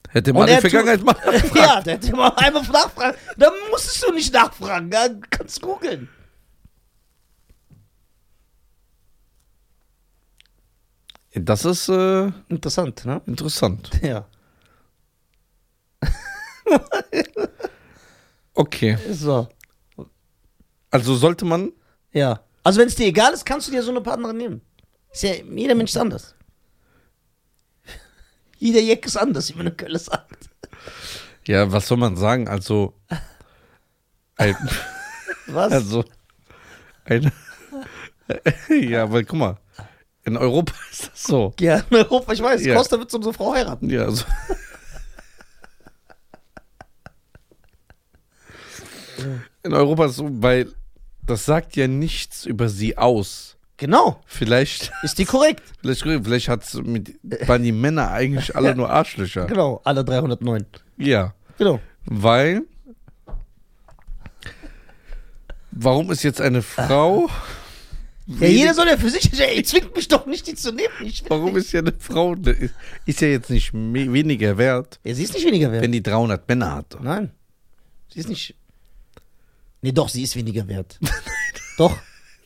Speaker 1: Hätte
Speaker 2: Und
Speaker 1: mal die
Speaker 2: er tut-
Speaker 1: Vergangenheit mal.
Speaker 2: ja, der hätte mal einmal nachfragen. Da musstest du nicht nachfragen. Da kannst googeln.
Speaker 1: Das ist äh,
Speaker 2: Interessant, ne?
Speaker 1: interessant.
Speaker 2: Ja.
Speaker 1: Okay.
Speaker 2: So.
Speaker 1: Also sollte man.
Speaker 2: Ja. Also wenn es dir egal ist, kannst du dir so eine Partnerin nehmen. Ist ja, jeder Mensch ist anders. Jeder Jack ist anders, wie man in Köln sagt.
Speaker 1: Ja, was soll man sagen? Also. Ein,
Speaker 2: Was?
Speaker 1: also. Ein, ja, weil guck mal. In Europa ist das so.
Speaker 2: ja, in Europa, ich weiß,
Speaker 1: Ja.
Speaker 2: Costa wird so unsere Frau heiraten.
Speaker 1: Ja, also. so. In Europa ist so, weil das sagt ja nichts über sie aus.
Speaker 2: Genau.
Speaker 1: Vielleicht
Speaker 2: Ist die korrekt?
Speaker 1: Vielleicht, vielleicht hat's mit, waren die Männer eigentlich alle nur Arschlöcher.
Speaker 2: Genau, alle 309.
Speaker 1: Ja.
Speaker 2: Genau.
Speaker 1: Weil. Warum ist jetzt eine Frau.
Speaker 2: Ja, jeder soll ja für sich, ey, zwingt mich doch nicht, die zu nehmen. Ich will
Speaker 1: Warum
Speaker 2: nicht.
Speaker 1: ist ja eine Frau. Ist ja jetzt nicht me- weniger wert,
Speaker 2: Ja, sie ist nicht weniger wert.
Speaker 1: wenn die 300 Männer hat.
Speaker 2: Nein. Sie ist nicht. Nee, doch, sie ist weniger wert. doch.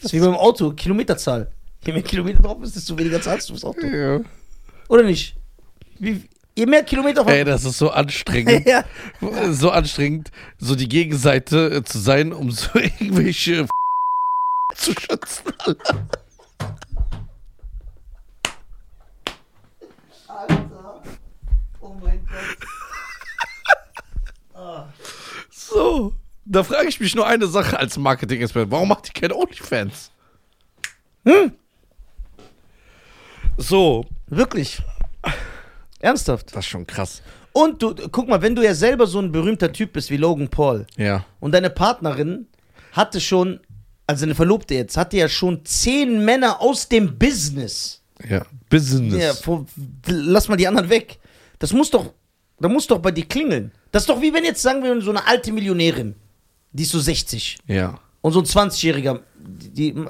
Speaker 2: Das ist wie beim Auto, Kilometerzahl. Je mehr Kilometer drauf ist, desto weniger zahlst du fürs Auto.
Speaker 1: Ja.
Speaker 2: Oder nicht? Wie, je mehr Kilometer auf
Speaker 1: Ey, das ist so anstrengend.
Speaker 2: ja.
Speaker 1: So anstrengend, so die Gegenseite äh, zu sein, um so irgendwelche zu schützen.
Speaker 2: Oh mein Gott.
Speaker 1: So. Da frage ich mich nur eine Sache als Marketing-Experte. Warum macht ihr keine OnlyFans? Hm? So.
Speaker 2: Wirklich. Ernsthaft.
Speaker 1: Das ist schon krass.
Speaker 2: Und du, guck mal, wenn du ja selber so ein berühmter Typ bist wie Logan Paul
Speaker 1: Ja.
Speaker 2: und deine Partnerin hatte schon, also deine Verlobte jetzt, hatte ja schon zehn Männer aus dem Business.
Speaker 1: Ja. Business.
Speaker 2: Ja, vor, lass mal die anderen weg. Das muss doch, da muss doch bei dir klingeln. Das ist doch wie wenn jetzt, sagen wir, so eine alte Millionärin, die ist so 60
Speaker 1: Ja.
Speaker 2: und so ein 20-Jähriger, die, die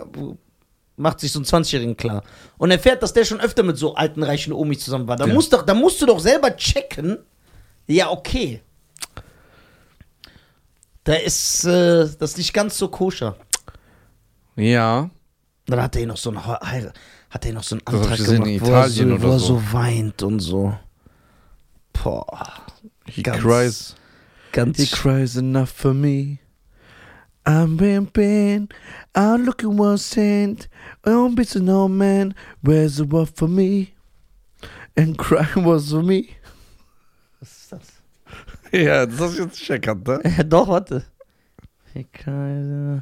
Speaker 2: macht sich so einen 20-Jährigen klar und erfährt, dass der schon öfter mit so alten, reichen Omis zusammen war. Da,
Speaker 1: Ja.
Speaker 2: musst, doch, da musst du doch selber checken, ja, okay. Da ist äh, das nicht ganz so koscher.
Speaker 1: Ja.
Speaker 2: Dann hat er hier noch so einen, He- Heira- hat er hier noch so einen
Speaker 1: hab ich
Speaker 2: Antrag
Speaker 1: gesehen, Also, in
Speaker 2: gemacht, wo, er
Speaker 1: Italien
Speaker 2: so,
Speaker 1: oder
Speaker 2: wo er
Speaker 1: so.
Speaker 2: so weint und so. Boah,
Speaker 1: He
Speaker 2: Ganz-
Speaker 1: cries.
Speaker 2: ganz.
Speaker 1: He cries enough for me. I'm pimping. I'm looking one cent. I'm busy no man. Where's the world for me? And crying was for me.
Speaker 2: was ist das?
Speaker 1: Ja, das hast du jetzt nicht erkannt, ne?
Speaker 2: Ja, doch, warte. He cries.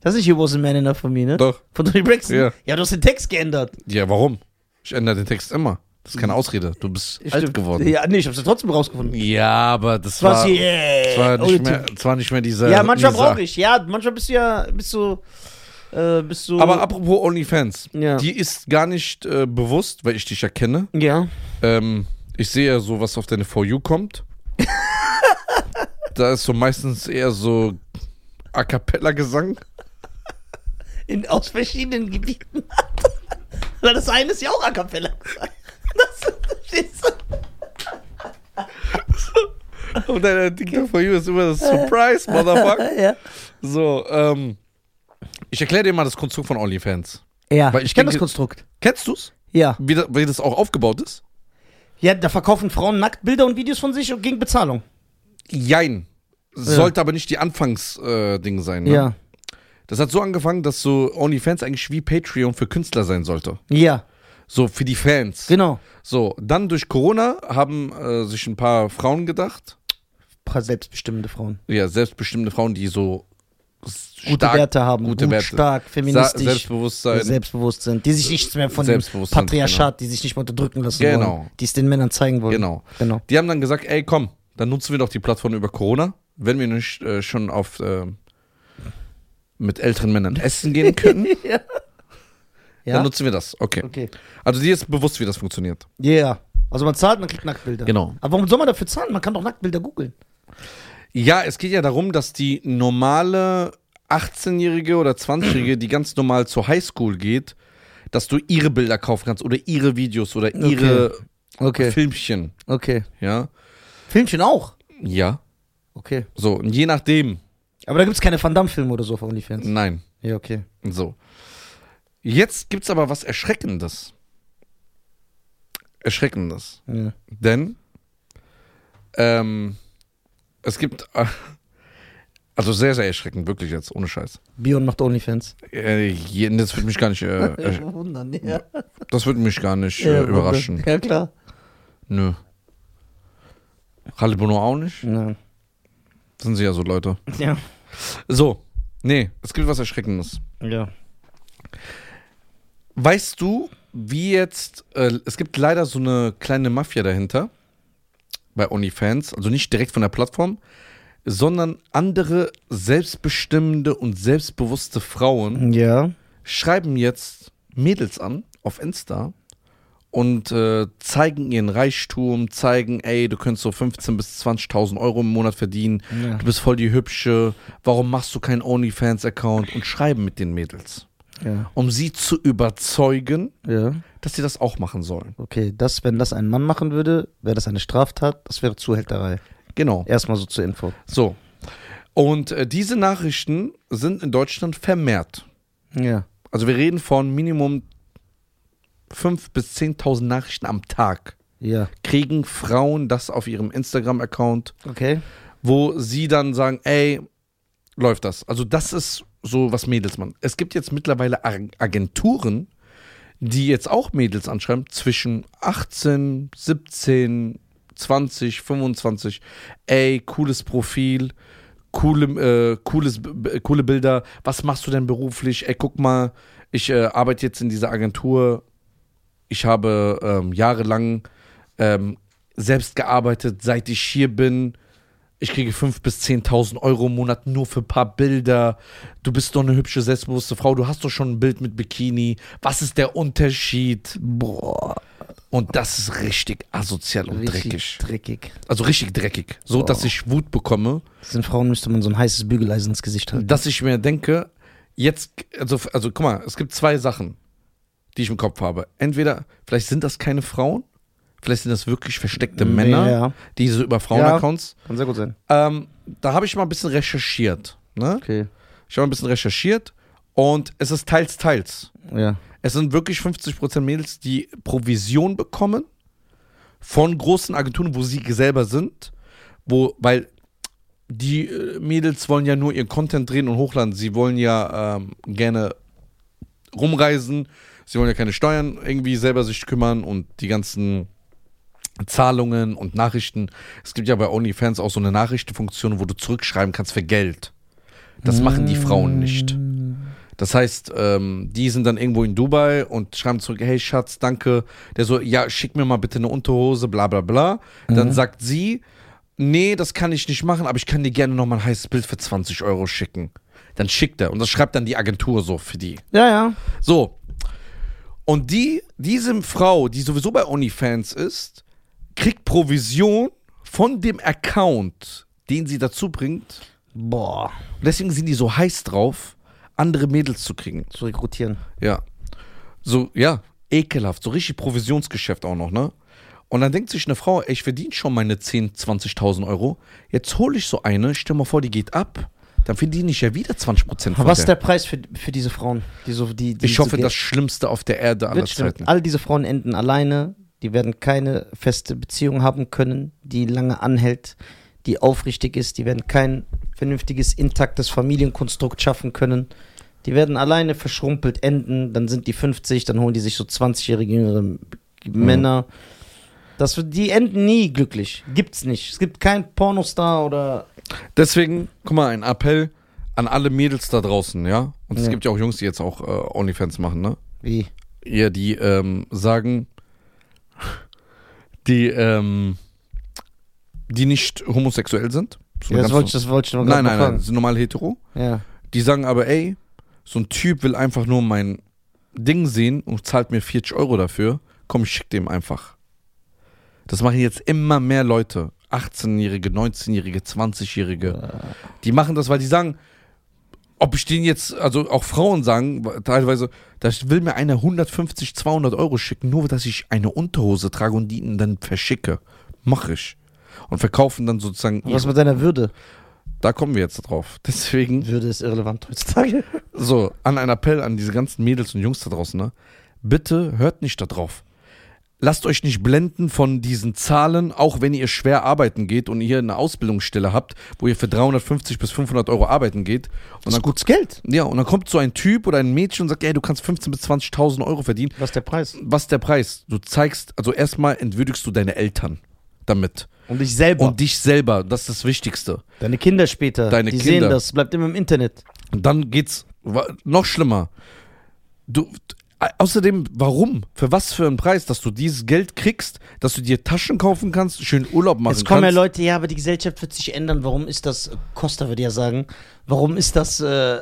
Speaker 2: Das ist hier was a man enough for me, ne?
Speaker 1: Doch.
Speaker 2: Von Tony Braxton?
Speaker 1: Ja.
Speaker 2: ja, du hast den Text geändert.
Speaker 1: Ja, warum? Ich ändere den Text immer. Das ist keine Ausrede. Du bist alt
Speaker 2: Stimmt.
Speaker 1: geworden. Ja,
Speaker 2: Also, Ja, nee, ich hab's ja trotzdem rausgefunden.
Speaker 1: aber das
Speaker 2: Was
Speaker 1: war,
Speaker 2: hier? Yeah.
Speaker 1: das war,
Speaker 2: Ohne
Speaker 1: nicht mehr, äh,
Speaker 2: Typ.
Speaker 1: das war nicht mehr dieser.
Speaker 2: äh, Ja, manchmal
Speaker 1: dieser.
Speaker 2: brauche ich. Ja, manchmal bist du ja, bist du, äh, bist du.
Speaker 1: Aber apropos OnlyFans.
Speaker 2: Ja.
Speaker 1: Die ist gar nicht äh, bewusst, weil ich dich ja kenne.
Speaker 2: Ja.
Speaker 1: Ähm, ich sehe ja so, was auf deine For You kommt. da ist so meistens eher so A Cappella-Gesang.
Speaker 2: In, aus verschiedenen Gebieten hat. Weil das eine ist ja auch A Cappella. Das, verstehst du?
Speaker 1: Und deine TikTok For You ist immer das Surprise, Motherfucker.
Speaker 2: Ah, ja.
Speaker 1: So, ähm. Ich erkläre dir mal das Konstrukt von OnlyFans.
Speaker 2: Ja,
Speaker 1: Weil ich
Speaker 2: kenn
Speaker 1: denke-
Speaker 2: Konstrukt.
Speaker 1: Kennst du's?
Speaker 2: Ja.
Speaker 1: Wie das, wie das auch aufgebaut ist?
Speaker 2: Ja, da verkaufen Frauen Nacktbilder und Videos von sich und gegen Bezahlung.
Speaker 1: Jein. Sollte aber nicht die Anfangsding äh, Ding sein. Ne?
Speaker 2: Ja.
Speaker 1: Das hat so angefangen, dass so OnlyFans eigentlich wie Patreon für Künstler sein sollte.
Speaker 2: Ja,
Speaker 1: So für die Fans.
Speaker 2: genau.
Speaker 1: So, dann durch Corona haben äh, sich ein paar Frauen gedacht.
Speaker 2: Ein paar selbstbestimmende Frauen.
Speaker 1: Ja, selbstbestimmte Frauen, die so s-
Speaker 2: Gute
Speaker 1: stark-
Speaker 2: Werte haben.
Speaker 1: Gute
Speaker 2: gut,
Speaker 1: Werte.
Speaker 2: stark,
Speaker 1: Sa-
Speaker 2: feministisch.
Speaker 1: Selbstbewusstsein.
Speaker 2: selbstbewusst sind, die sich nichts mehr von dem
Speaker 1: Selbstbewusst sind,
Speaker 2: Patriarchat, die sich nicht mehr unterdrücken lassen
Speaker 1: Genau.
Speaker 2: wollen, die es den Männern zeigen wollen.
Speaker 1: Genau.
Speaker 2: Genau.
Speaker 1: Die haben dann gesagt, ey, komm, dann nutzen wir doch die Plattform über Corona, wenn wir nicht äh, schon auf äh, mit älteren Männern essen gehen können, dann
Speaker 2: Ja.
Speaker 1: nutzen wir das. Okay.
Speaker 2: Okay.
Speaker 1: Also die ist bewusst, wie das funktioniert.
Speaker 2: Ja. Yeah. Also man zahlt, man kriegt Nacktbilder.
Speaker 1: Genau.
Speaker 2: Aber warum soll man dafür zahlen? Man kann doch Nacktbilder googeln.
Speaker 1: Ja, es geht ja darum, dass die normale 18-Jährige oder 20-Jährige, die ganz normal zur Highschool geht, dass du ihre Bilder kaufen kannst oder ihre Videos oder ihre
Speaker 2: Okay.
Speaker 1: Filmchen.
Speaker 2: Okay.
Speaker 1: Ja.
Speaker 2: Filmchen auch.
Speaker 1: Ja.
Speaker 2: Okay.
Speaker 1: So, und je nachdem.
Speaker 2: Aber da gibt es keine Van Damme-Filme oder so auf OnlyFans.
Speaker 1: Mm. Nein.
Speaker 2: Ja, okay.
Speaker 1: So. Jetzt gibt's aber was Erschreckendes. Erschreckendes.
Speaker 2: Ja.
Speaker 1: Denn ähm, es gibt, äh, also sehr, sehr erschreckend, wirklich jetzt, ohne Scheiß.
Speaker 2: Bion macht Onlyfans.
Speaker 1: Äh, je- das würde mich gar nicht, äh, ersch-
Speaker 2: wundern, ja.
Speaker 1: das würde mich gar nicht
Speaker 2: Ja,
Speaker 1: äh, überraschen.
Speaker 2: Ja, klar.
Speaker 1: Nö. Halibono auch nicht.
Speaker 2: Ja.
Speaker 1: Das sind sie ja so Leute.
Speaker 2: Ja.
Speaker 1: So, nee, es gibt was Erschreckendes.
Speaker 2: ja.
Speaker 1: Weißt du, wie jetzt, äh, es gibt leider so eine kleine Mafia dahinter bei OnlyFans, also nicht direkt von der Plattform, sondern andere selbstbestimmende und selbstbewusste Frauen schreiben jetzt Mädels an auf Insta und äh, zeigen ihren Reichtum, zeigen, ey, du könntest so 15.000 bis 20.000 Euro im Monat verdienen,
Speaker 2: Ja.
Speaker 1: du bist voll die Hübsche, warum machst du keinen OnlyFans-Account und schreiben mit den Mädels,
Speaker 2: Ja.
Speaker 1: um sie zu überzeugen,
Speaker 2: Ja.
Speaker 1: dass sie das auch machen sollen.
Speaker 2: Okay, das, wenn das ein Mann machen würde, wäre das eine Straftat, das wäre Zuhälterei.
Speaker 1: Genau.
Speaker 2: Erstmal so zur Info.
Speaker 1: So. Und äh, diese Nachrichten sind in Deutschland vermehrt.
Speaker 2: Ja.
Speaker 1: Also wir reden von Minimum 5.000 bis 10.000 Nachrichten am Tag.
Speaker 2: Ja.
Speaker 1: Kriegen Frauen das auf ihrem Instagram-Account,
Speaker 2: Okay.
Speaker 1: wo sie dann sagen, ey, läuft das. Also das ist so, was Mädels machen. Es gibt jetzt mittlerweile Ar- Agenturen, die jetzt auch Mädels anschreiben, zwischen 18, 17, 20, 25. Ey, cooles Profil, coole, äh, cooles, B- B- coole Bilder. Was machst du denn beruflich? Ey, guck mal, ich äh, arbeite jetzt in dieser Agentur. Ich habe ähm, jahrelang ähm, selbst gearbeitet, seit ich hier bin. Ich kriege 5.000 bis 10.000 Euro im Monat nur für ein paar Bilder. Du bist doch eine hübsche, selbstbewusste Frau. Du hast doch schon ein Bild mit Bikini. Was ist der Unterschied?
Speaker 2: Boah.
Speaker 1: Und das ist richtig asozial und dreckig.
Speaker 2: Dreckig.
Speaker 1: Also richtig dreckig. So,
Speaker 2: Boah.
Speaker 1: dass ich Wut bekomme,
Speaker 2: Diesen Frauen müsste man so ein heißes Bügeleisen ins Gesicht halten.
Speaker 1: dass ich mir denke, jetzt, also, also guck mal, es gibt zwei Sachen, die ich im Kopf habe. Entweder, vielleicht sind das keine Frauen, vielleicht sind das wirklich versteckte Männer,
Speaker 2: Ja.
Speaker 1: die so über Frauenaccounts.
Speaker 2: Kann sehr gut sein.
Speaker 1: Ähm, da habe ich mal ein bisschen recherchiert. Ne?
Speaker 2: Okay.
Speaker 1: Ich habe ein bisschen recherchiert und es ist teils, teils.
Speaker 2: Ja.
Speaker 1: Es sind wirklich 50% Mädels, die Provision bekommen von großen Agenturen, wo sie selber sind, wo, weil die äh, Mädels wollen ja nur ihren Content drehen und hochladen. Sie wollen ja ähm, gerne rumreisen, sie wollen ja keine Steuern irgendwie selber sich kümmern und die ganzen Zahlungen und Nachrichten. Es gibt ja bei OnlyFans auch so eine Nachrichtenfunktion, wo du zurückschreiben kannst für Geld. Das machen die Frauen nicht. Das heißt, ähm, die sind dann irgendwo in Dubai und schreiben zurück, hey Schatz, danke. Der so, ja, schick mir mal bitte eine Unterhose, bla bla bla. Dann sagt sie, nee, das kann ich nicht machen, aber ich kann dir gerne nochmal ein heißes Bild für 20 Euro schicken. Dann schickt er und das schreibt dann die Agentur so für die.
Speaker 2: Ja, ja.
Speaker 1: So. Und die, diese Frau, die sowieso bei OnlyFans ist, kriegt Provision von dem Account, den sie dazu bringt.
Speaker 2: Boah.
Speaker 1: Und deswegen sind die so heiß drauf, andere Mädels zu kriegen.
Speaker 2: Zu rekrutieren.
Speaker 1: Ja. So, ja, ekelhaft. So richtig Provisionsgeschäft auch noch, ne? Und dann denkt sich eine Frau, ey, ich verdiene schon meine 10.000, 20.000 Euro. Jetzt hole ich so eine, stell mal vor, die geht ab. Dann verdiene ich ja wieder 20 Prozent
Speaker 2: Aber was ist der Preis für, für diese Frauen? Die so, die, die
Speaker 1: Ich hoffe,
Speaker 2: so
Speaker 1: das Schlimmste auf der Erde aller
Speaker 2: wird schlimm.
Speaker 1: Zeiten.
Speaker 2: All diese Frauen enden alleine. Die werden keine feste Beziehung haben können, die lange anhält, die aufrichtig ist. Die werden kein vernünftiges, intaktes Familienkonstrukt schaffen können. Die werden alleine verschrumpelt enden. Dann sind die 50, dann holen die sich so 20-jährige
Speaker 1: Mhm.
Speaker 2: jüngere Männer. Das, wird- die enden nie glücklich. Gibt's nicht. Es gibt keinen Pornostar oder.
Speaker 1: Deswegen, guck mal, ein Appell an alle Mädels da draußen, ja? Und es
Speaker 2: Ja.
Speaker 1: gibt ja auch Jungs, die jetzt auch äh, OnlyFans machen, ne?
Speaker 2: Wie?
Speaker 1: Ja, die ähm, sagen, die, ähm, die nicht homosexuell sind. So eine
Speaker 2: Ja, das
Speaker 1: ganz-
Speaker 2: wollte ich, das wollte ich noch
Speaker 1: Nein,
Speaker 2: mal
Speaker 1: nein, nein,
Speaker 2: fragen.
Speaker 1: sind normal hetero.
Speaker 2: Ja.
Speaker 1: Die sagen aber, ey, so ein Typ will einfach nur mein Ding sehen und zahlt mir 40 Euro dafür. Komm, ich schick dem einfach. Das machen jetzt immer mehr Leute. 18-Jährige, 19-Jährige, 20-Jährige. Die machen das, weil die sagen, ob ich denen jetzt, also auch Frauen sagen teilweise, da will mir einer 150, 200 Euro schicken, nur dass ich eine Unterhose trage und die ihnen dann verschicke. Mach ich. Und verkaufen dann sozusagen.
Speaker 2: Was
Speaker 1: Ihre.
Speaker 2: mit deiner Würde?
Speaker 1: Da kommen wir jetzt drauf. Deswegen.
Speaker 2: Würde ist irrelevant heutzutage.
Speaker 1: So, an ein Appell an diese ganzen Mädels und Jungs da draußen, ne? Bitte hört nicht da drauf. lasst euch nicht blenden von diesen Zahlen, auch wenn ihr schwer arbeiten geht und ihr eine Ausbildungsstelle habt, wo ihr für 350 bis 500 Euro arbeiten geht. Und
Speaker 2: Das
Speaker 1: dann,
Speaker 2: ist gutes Geld.
Speaker 1: ja, und dann kommt so ein Typ oder ein Mädchen und sagt, ey, du kannst 15.000 bis 20.000 Euro verdienen.
Speaker 2: Was ist der Preis?
Speaker 1: Was ist der Preis? Du zeigst, also erstmal entwürdigst du deine Eltern damit.
Speaker 2: Und ich selber.
Speaker 1: Und dich selber, das ist das Wichtigste.
Speaker 2: Deine Kinder später.
Speaker 1: Deine
Speaker 2: die
Speaker 1: Kinder.
Speaker 2: sehen das. Bleibt immer im Internet.
Speaker 1: Und dann geht's wa- noch schlimmer. Du, äh, außerdem, warum? Für was für einen Preis, dass du dieses Geld kriegst, dass du dir Taschen kaufen kannst, schön Urlaub machen
Speaker 2: Jetzt Also kommen ja
Speaker 1: Also kannst?
Speaker 2: Leute, ja, aber die Gesellschaft wird sich ändern. Warum ist das, Costa würde ja sagen, warum ist das, äh,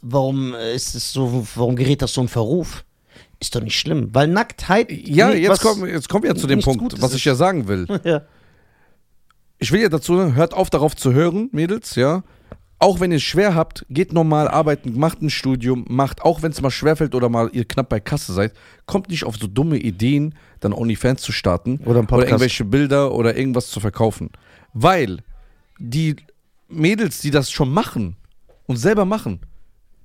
Speaker 2: warum ist es so, warum gerät das so in Verruf? Ist doch nicht schlimm, weil Nacktheit.
Speaker 1: ja,
Speaker 2: nee,
Speaker 1: jetzt
Speaker 2: was-
Speaker 1: kommen, jetzt kommen wir zu dem
Speaker 2: nichts
Speaker 1: Punkt,
Speaker 2: Gutes
Speaker 1: was
Speaker 2: ist.
Speaker 1: ich ja sagen will.
Speaker 2: Ja.
Speaker 1: Ich will ja dazu, sagen, hört auf darauf zu hören, Mädels, ja. Auch wenn ihr es schwer habt, geht normal arbeiten, macht ein Studium, macht, auch wenn es mal schwerfällt oder mal ihr knapp bei Kasse seid, kommt nicht auf so dumme Ideen, dann OnlyFans zu starten.
Speaker 2: Oder
Speaker 1: Oder
Speaker 2: einen Podcast.
Speaker 1: irgendwelche Bilder oder irgendwas zu verkaufen. Weil die Mädels, die das schon machen und selber machen,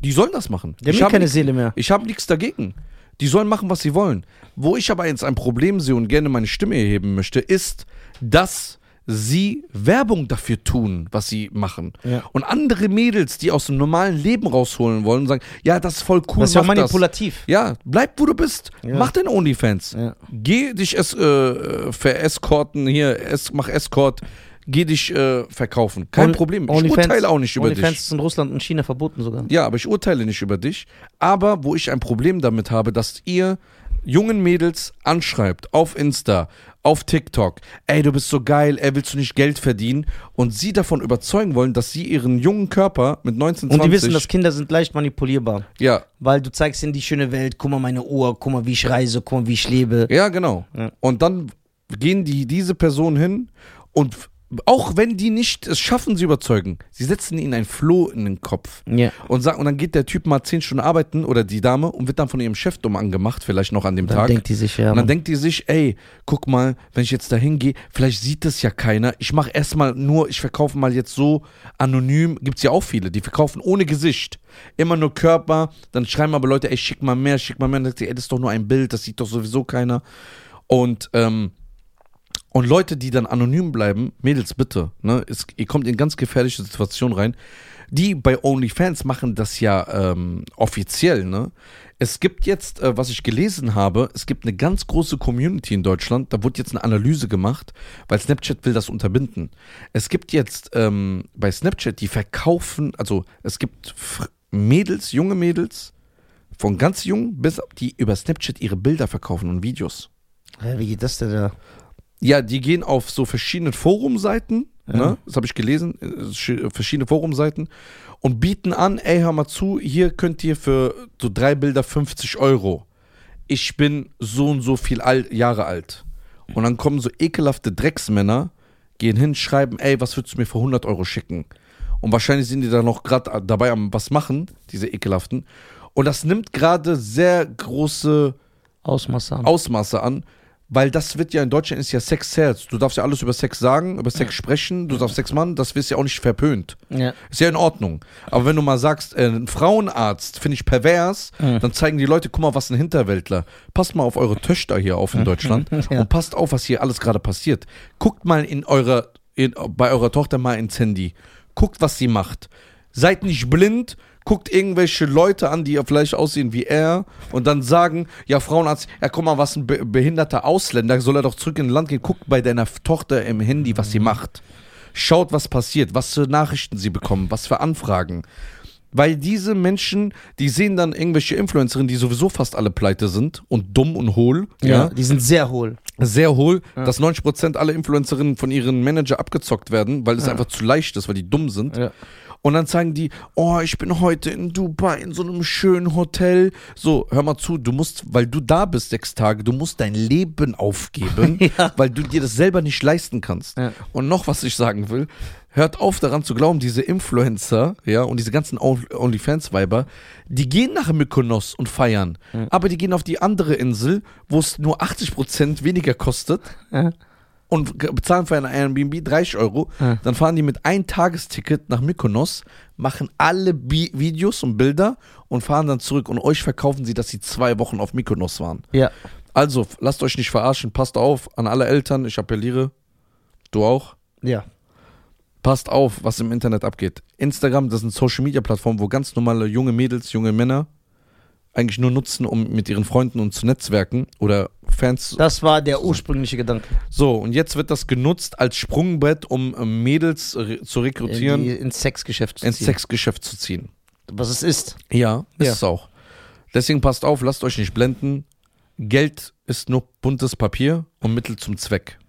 Speaker 1: die sollen das machen.
Speaker 2: Die haben eh
Speaker 1: hab
Speaker 2: keine
Speaker 1: nix-
Speaker 2: Seele mehr.
Speaker 1: Ich habe nichts dagegen. Die sollen machen, was sie wollen. Wo ich aber jetzt ein Problem sehe und gerne meine Stimme erheben möchte, ist, dass sie Werbung dafür tun, was sie machen.
Speaker 2: Ja.
Speaker 1: Und andere Mädels, die aus dem normalen Leben rausholen wollen, sagen, ja, das ist voll cool.
Speaker 2: Das ist ja
Speaker 1: mach
Speaker 2: manipulativ.
Speaker 1: Das. Ja, bleib, wo du bist. Mach den Onlyfans.
Speaker 2: Ja.
Speaker 1: Geh dich es, äh, vereskorten hier, es, mach Escort. Geh dich äh, verkaufen. Kein
Speaker 2: Only-
Speaker 1: Problem. Ich
Speaker 2: Onlyfans-
Speaker 1: urteile auch nicht über dich.
Speaker 2: Onlyfans ist in Russland und China verboten sogar.
Speaker 1: Ja, aber ich urteile nicht über dich. Aber wo ich ein Problem damit habe, dass ihr jungen Mädels anschreibt auf Insta, auf TikTok, ey, du bist so geil, ey, willst du nicht Geld verdienen? Und sie davon überzeugen wollen, dass sie ihren jungen Körper mit 19,
Speaker 2: Und
Speaker 1: 20...
Speaker 2: die wissen, dass Kinder sind leicht manipulierbar.
Speaker 1: Ja,
Speaker 2: Weil du zeigst ihnen die schöne Welt, guck mal meine Uhr, guck mal wie ich reise, guck mal wie ich lebe.
Speaker 1: ja genau. Und dann gehen die diese Person hin und f- auch wenn die nicht es schaffen, sie überzeugen, sie setzen ihnen ein Floh in den Kopf.
Speaker 2: Ja.
Speaker 1: Und, sagen, und dann geht der Typ mal 10 Stunden arbeiten oder die Dame und wird dann von ihrem Chef dumm angemacht, vielleicht noch an dem
Speaker 2: Dann
Speaker 1: Tag.
Speaker 2: denkt die sich, ja.
Speaker 1: Und dann
Speaker 2: Mann.
Speaker 1: denkt die sich, ey, guck mal, wenn ich jetzt da hingehe, vielleicht sieht das ja keiner. Ich mache erstmal nur, ich verkaufe mal jetzt so anonym. Gibt es ja auch viele, die verkaufen ohne Gesicht. Immer nur Körper. Dann schreiben aber Leute, ey, schick mal mehr, schick mal mehr. Und dann sagt sie, ey, das ist doch nur ein Bild, das sieht doch sowieso keiner. Und, ähm, und Leute, die dann anonym bleiben, Mädels, bitte, ne, es, ihr kommt in ganz gefährliche Situationen rein. Die bei OnlyFans machen das ja ähm, offiziell, ne? Es gibt jetzt, äh, was ich gelesen habe, es gibt eine ganz große Community in Deutschland, da wurde jetzt eine Analyse gemacht, weil Snapchat will das unterbinden. Es gibt jetzt ähm, bei Snapchat, die verkaufen, also es gibt Fr- Mädels, junge Mädels, von ganz jung bis, die über Snapchat ihre Bilder verkaufen und Videos.
Speaker 2: Hä, wie geht das denn da?
Speaker 1: Ja, die gehen auf so verschiedene Forumseiten, ne? das habe ich gelesen, äh, sch- verschiedene Forumseiten und bieten an, ey, hör mal zu, hier könnt ihr für so drei Bilder 50 Euro. Ich bin so und so viel alt, Jahre alt. Und dann kommen so ekelhafte Drecksmänner, gehen hin, schreiben, ey, was würdest du mir für 100 Euro schicken? Und wahrscheinlich sind die da noch gerade dabei am was machen, diese ekelhaften. Und das nimmt gerade sehr große
Speaker 2: Ausmaß haben.
Speaker 1: Ausmaße an, weil das wird ja in Deutschland ist ja Sex Sales. Du darfst ja alles über Sex sagen, über Sex sprechen, du darfst Sex machen, das wirst ja auch nicht verpönt.
Speaker 2: Ja.
Speaker 1: Ist ja in Ordnung. Aber wenn du mal sagst, äh, ein Frauenarzt finde ich pervers, dann zeigen die Leute, guck mal, was ein Hinterwäldler. Passt mal auf eure Töchter hier auf in Deutschland
Speaker 2: Ja.
Speaker 1: und passt auf, was hier alles gerade passiert. Guckt mal in eurer, in, bei eurer Tochter mal ins Handy. Guckt, was sie macht. Seid nicht blind. Guckt irgendwelche Leute an, die ja vielleicht aussehen wie er und dann sagen, ja Frauenarzt, ja guck mal, was ein be behinderter Ausländer, soll er doch zurück in Land gehen. Guckt bei deiner Tochter im Handy, was
Speaker 2: Mhm.
Speaker 1: sie macht. Schaut, was passiert, was für Nachrichten sie bekommen, was für Anfragen. Weil diese Menschen, die sehen dann irgendwelche Influencerinnen, die sowieso fast alle pleite sind und dumm und hohl, ja,
Speaker 2: Ja, die sind sehr hohl.
Speaker 1: sehr hohl, dass 90% aller Influencerinnen von ihren Manager abgezockt werden, weil es einfach zu leicht ist, weil die dumm sind.
Speaker 2: Ja.
Speaker 1: Und dann zeigen die, oh, ich bin heute in Dubai in so einem schönen Hotel. So, hör mal zu, du musst, weil du da bist sechs Tage, du musst dein Leben aufgeben, weil du dir das selber nicht leisten kannst.
Speaker 2: Ja.
Speaker 1: Und noch was ich sagen will, hört auf daran zu glauben, diese Influencer, ja, und diese ganzen On- OnlyFans-Weiber, die gehen nach Mykonos und feiern, aber die gehen auf die andere Insel, wo es nur 80% weniger kostet
Speaker 2: Ja.
Speaker 1: und ge- bezahlen für ein Airbnb 30 Euro,
Speaker 2: Ja.
Speaker 1: dann fahren die mit ein Tagesticket nach Mykonos, machen alle Bi Videos und Bilder und fahren dann zurück und euch verkaufen sie, dass sie zwei Wochen auf Mykonos waren.
Speaker 2: Ja.
Speaker 1: Also, f- lasst euch nicht verarschen, passt auf an alle Eltern, ich appelliere, du auch.
Speaker 2: Ja.
Speaker 1: Passt auf, was im Internet abgeht. Instagram, das sind Social Media Plattformen, wo ganz normale junge Mädels, junge Männer eigentlich nur nutzen, um mit ihren Freunden und zu netzwerken oder Fans zu
Speaker 2: Das war der ursprüngliche Gedanke.
Speaker 1: So, und jetzt wird das genutzt als Sprungbrett, um äh, Mädels re zu rekrutieren,
Speaker 2: äh, Die ins Sexgeschäft zu
Speaker 1: ins
Speaker 2: ziehen.
Speaker 1: Sexgeschäft zu ziehen.
Speaker 2: Was es ist.
Speaker 1: Ja, ist
Speaker 2: Ja.
Speaker 1: es auch. Deswegen passt auf, lasst euch nicht blenden. Geld ist nur buntes Papier und Mittel zum Zweck.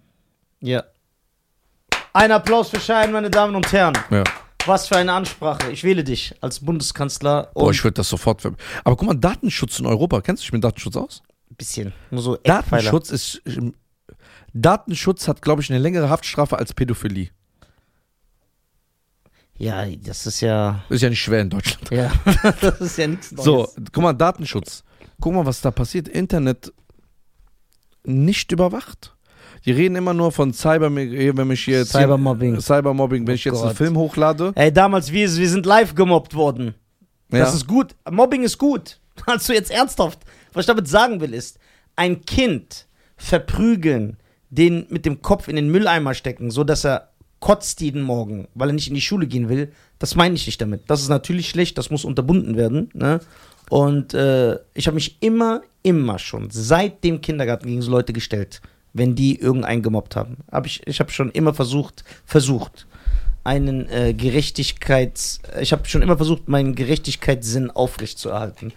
Speaker 2: Ja. Ein Applaus für Schein, meine Damen und Herren.
Speaker 1: Ja.
Speaker 2: Was für eine Ansprache. Ich wähle dich als Bundeskanzler.
Speaker 1: Boah,
Speaker 2: Und
Speaker 1: ich würde das sofort. ver- Aber guck mal, Datenschutz in Europa. Kennst du dich mit Datenschutz aus?
Speaker 2: ein bisschen. Nur so Eckpfeiler.
Speaker 1: Datenschutz ist. Datenschutz hat, glaube ich, eine längere Haftstrafe als Pädophilie.
Speaker 2: Ja, das ist ja.
Speaker 1: Ist ja nicht schwer in Deutschland.
Speaker 2: Ja, das ist ja nichts Neues.
Speaker 1: So, guck mal, Datenschutz. Guck mal, was da passiert. Internet nicht überwacht. Die reden immer nur von Cyber, wenn ich hier jetzt
Speaker 2: Cybermobbing. Oh
Speaker 1: Hier, Cybermobbing, wenn ich jetzt einen
Speaker 2: Gott.
Speaker 1: Film hochlade.
Speaker 2: Ey, damals, wir, wir sind live gemobbt worden. Das ist gut. Mobbing ist gut. Hast du jetzt ernsthaft? Was ich damit sagen will, ist, ein Kind verprügeln, den mit dem Kopf in den Mülleimer stecken, so dass er kotzt jeden Morgen, weil er nicht in die Schule gehen will. Das meine ich nicht damit. Das ist natürlich schlecht, das muss unterbunden werden. Ne? Und äh, ich habe mich immer, immer schon seit dem Kindergarten gegen so Leute gestellt, wenn die irgendeinen gemobbt haben. Hab ich ich habe schon immer versucht, versucht, einen äh, Gerechtigkeits. Ich habe schon immer versucht, meinen Gerechtigkeitssinn aufrechtzuerhalten.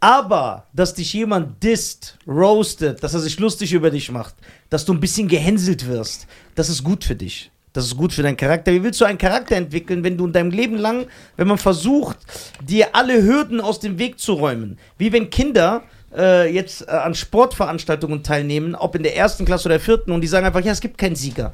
Speaker 2: Aber, dass dich jemand disst, roastet, dass er sich lustig über dich macht, dass du ein bisschen gehänselt wirst, das ist gut für dich. Das ist gut für deinen Charakter. Wie willst du einen Charakter entwickeln, wenn du in deinem Leben lang, wenn man versucht, dir alle Hürden aus dem Weg zu räumen? Wie wenn Kinder äh, jetzt äh, an Sportveranstaltungen teilnehmen, ob in der ersten Klasse oder vierten, und die sagen einfach, ja, es gibt keinen Sieger.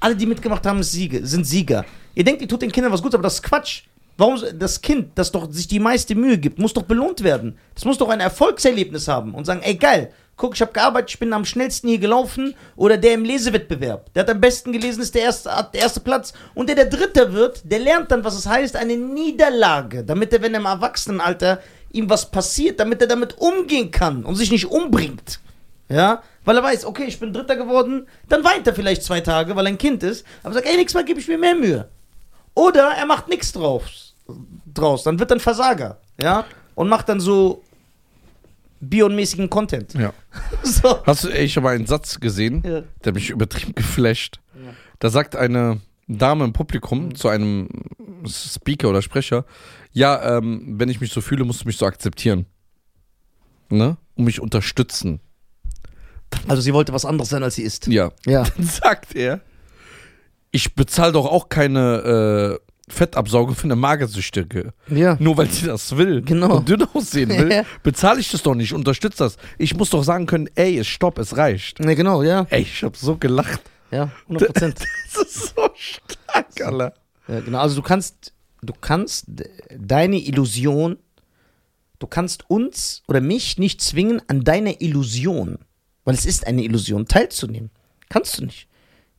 Speaker 2: Alle, die mitgemacht haben, Siege, sind Sieger. Ihr denkt, ihr tut den Kindern was Gutes, aber das ist Quatsch. Warum so- das Kind, das doch sich die meiste Mühe gibt, muss doch belohnt werden. Das muss doch ein Erfolgserlebnis haben und sagen, ey geil, guck, ich habe gearbeitet, ich bin am schnellsten hier gelaufen oder der im Lesewettbewerb, der hat am besten gelesen, ist der erste, hat der erste Platz und der der Dritte wird, der lernt dann, was es heißt, eine Niederlage, damit er, wenn er im Erwachsenenalter ihm was passiert, damit er damit umgehen kann und sich nicht umbringt. Ja, weil er weiß, okay, ich bin Dritter geworden, dann weint er vielleicht zwei Tage, weil er ein Kind ist, aber sagt, ey, nächstes Mal gebe ich mir mehr Mühe. Oder er macht nichts draus, draus, dann wird er ein Versager, ja, und macht dann so bionmäßigen Content.
Speaker 1: ja.
Speaker 2: So.
Speaker 1: Hast du, ey, ich habe einen Satz gesehen,
Speaker 2: Ja.
Speaker 1: der hat mich übertrieben geflasht.
Speaker 2: Ja. Mhm.
Speaker 1: Da sagt eine Dame im Publikum zu einem Speaker oder Sprecher, ja, ähm, wenn ich mich so fühle, musst du mich so akzeptieren. Ne? Und mich unterstützen.
Speaker 2: Also sie wollte was anderes sein, als sie ist.
Speaker 1: Ja.
Speaker 2: Ja.
Speaker 1: Dann sagt er, ich bezahle doch auch keine äh, Fettabsaugung für eine Magersüchtige.
Speaker 2: Ja.
Speaker 1: Nur weil sie das will
Speaker 2: Genau.
Speaker 1: und dünn aussehen will,
Speaker 2: Ja.
Speaker 1: bezahle ich das doch nicht, unterstütze das. Ich muss doch sagen können, ey, es stopp, es reicht.
Speaker 2: Ne, genau, ja.
Speaker 1: Ey, ich hab so gelacht.
Speaker 2: Ja, 100 Prozent.
Speaker 1: Das ist so stark, Alter.
Speaker 2: Ja, genau, also du kannst, du kannst de- deine Illusion, du kannst uns oder mich nicht zwingen, an deiner Illusion, weil es ist eine Illusion, teilzunehmen. Kannst du nicht.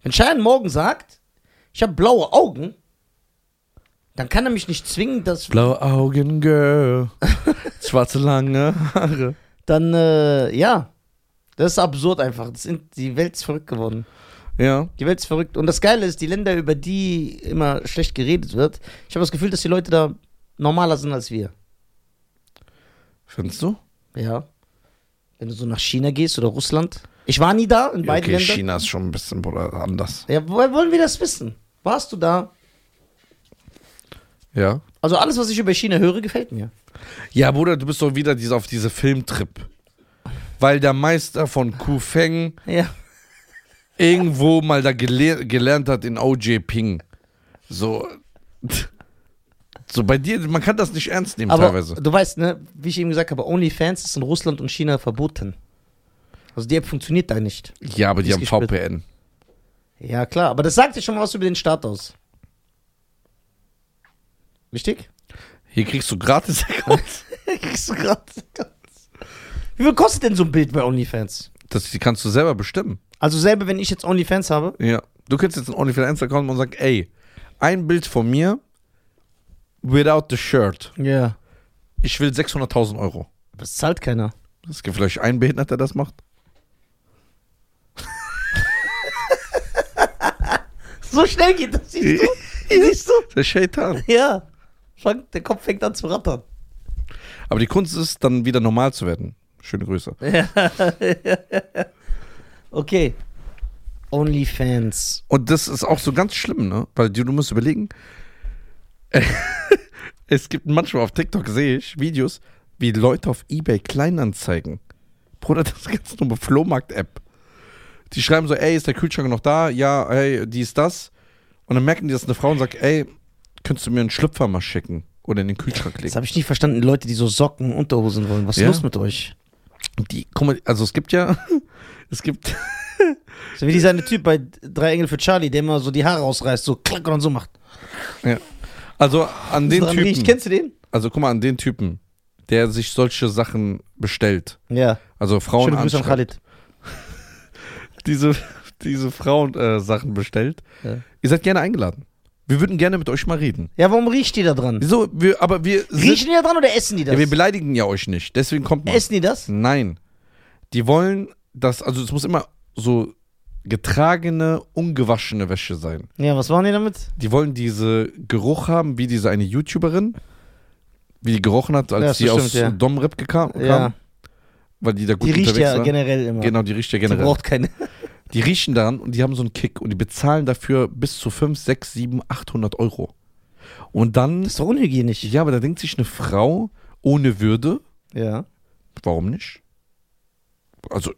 Speaker 2: Wenn Schein morgen sagt, ich habe blaue Augen, dann kann er mich nicht zwingen, dass
Speaker 1: Blaue Augen, Girl. Schwarze lange Haare.
Speaker 2: dann, äh, ja, das ist absurd einfach. Das sind, die Welt ist verrückt geworden.
Speaker 1: Ja.
Speaker 2: Die Welt ist verrückt. Und das Geile ist, die Länder, über die immer schlecht geredet wird, ich habe das Gefühl, dass die Leute da normaler sind als wir.
Speaker 1: Findest du?
Speaker 2: Ja. Wenn du so nach China gehst oder Russland. Ich war nie da in
Speaker 1: Ja,
Speaker 2: beiden
Speaker 1: okay,
Speaker 2: Ländern.
Speaker 1: China ist schon ein bisschen Bruder, anders.
Speaker 2: Ja, woher wollen wir das wissen? Warst du da?
Speaker 1: Ja.
Speaker 2: Also alles, was ich über China höre, gefällt mir.
Speaker 1: Ja, Bruder, du bist doch wieder diese, auf diese Filmtrip. Weil der Meister von Kufeng
Speaker 2: Ja.
Speaker 1: irgendwo mal da gele gelernt hat in OJ Ping. So. So bei dir, man kann das nicht ernst nehmen
Speaker 2: Aber
Speaker 1: teilweise.
Speaker 2: du weißt, ne, wie ich eben gesagt habe, OnlyFans ist in Russland und China verboten. Also die App funktioniert da nicht.
Speaker 1: Ja, aber die
Speaker 2: Ist
Speaker 1: haben
Speaker 2: gesperrt.
Speaker 1: VPN.
Speaker 2: Ja, klar, aber das sagt ja schon mal was über den Staat aus. Richtig?
Speaker 1: Hier kriegst du gratis Accounts.
Speaker 2: Kriegst du grad. Wie viel kostet denn so ein Bild bei OnlyFans?
Speaker 1: Das die kannst du selber bestimmen.
Speaker 2: Also selber, wenn ich jetzt OnlyFans habe,
Speaker 1: Ja. Du könntest jetzt einen OnlyFans-Account machen und sagen, ey, ein Bild von mir without the shirt.
Speaker 2: ja.
Speaker 1: Ich will 600.000 Euro.
Speaker 2: das zahlt keiner.
Speaker 1: Es gibt vielleicht einen Behinderten, der das macht.
Speaker 2: So schnell geht das, siehst du? siehst du?
Speaker 1: Der Shaitan.
Speaker 2: Ja. Fang, der Kopf fängt an zu rattern.
Speaker 1: Aber die Kunst ist, dann wieder normal zu werden. Schöne Grüße.
Speaker 2: Okay. OnlyFans.
Speaker 1: Und das ist auch so ganz schlimm, ne? Weil du, du musst überlegen, es gibt manchmal auf TikTok, sehe ich, Videos, wie Leute auf Ebay Kleinanzeigen. Bruder, das ist ganz nur Flohmarkt-App. Die schreiben so, ey, ist der Kühlschrank noch da? Ja, ey, die ist das. Und dann merken die, dass eine Frau und sagt, ey, könntest du mir einen Schlüpfer mal schicken? Oder in den Kühlschrank
Speaker 2: Das
Speaker 1: legen.
Speaker 2: habe ich nicht verstanden. Leute, die so Socken, Unterhosen wollen. Was ist
Speaker 1: Ja.
Speaker 2: los mit euch?
Speaker 1: Die, guck mal, also es gibt ja, es gibt,
Speaker 2: So wie dieser eine Typ bei Drei Engel für Charlie, der immer so die Haare ausreißt, so klack und dann so macht.
Speaker 1: ja. Also an den
Speaker 2: Daran riecht.
Speaker 1: Typen.
Speaker 2: Kennst du den?
Speaker 1: Also guck mal an den Typen, der sich solche Sachen bestellt.
Speaker 2: Ja.
Speaker 1: Also Frauen
Speaker 2: Schöne Grüße an
Speaker 1: anschreibt,
Speaker 2: Khalid.
Speaker 1: diese diese Frauen äh, Sachen bestellt.
Speaker 2: Ja.
Speaker 1: Ihr seid gerne eingeladen. Wir würden gerne mit euch mal reden.
Speaker 2: Ja, warum riecht die da dran?
Speaker 1: Wieso? Wir, aber wir sind,
Speaker 2: Riechen die da dran oder essen die das?
Speaker 1: ja, wir beleidigen ja euch nicht. Deswegen kommt man.
Speaker 2: essen die das?
Speaker 1: Nein, die wollen das. Also es muss immer so getragene, ungewaschene Wäsche sein.
Speaker 2: Ja, was machen die damit?
Speaker 1: Die wollen diese Geruch haben, wie diese eine YouTuberin, wie die gerochen hat,
Speaker 2: Ja,
Speaker 1: als
Speaker 2: das
Speaker 1: sie aus
Speaker 2: stimmt, ja.
Speaker 1: Domrep kam,
Speaker 2: Ja.
Speaker 1: weil die da gut
Speaker 2: Die riecht
Speaker 1: unterwegs
Speaker 2: ja
Speaker 1: war.
Speaker 2: generell immer.
Speaker 1: Genau, die riecht ja generell.
Speaker 2: Die braucht keine.
Speaker 1: Die riechen daran und die haben so einen Kick und die bezahlen dafür bis zu 5, 6, 7, 800 Euro. Und dann,
Speaker 2: Das ist doch unhygienisch.
Speaker 1: ja, aber da denkt sich eine Frau ohne Würde,
Speaker 2: Ja.
Speaker 1: warum nicht? Also,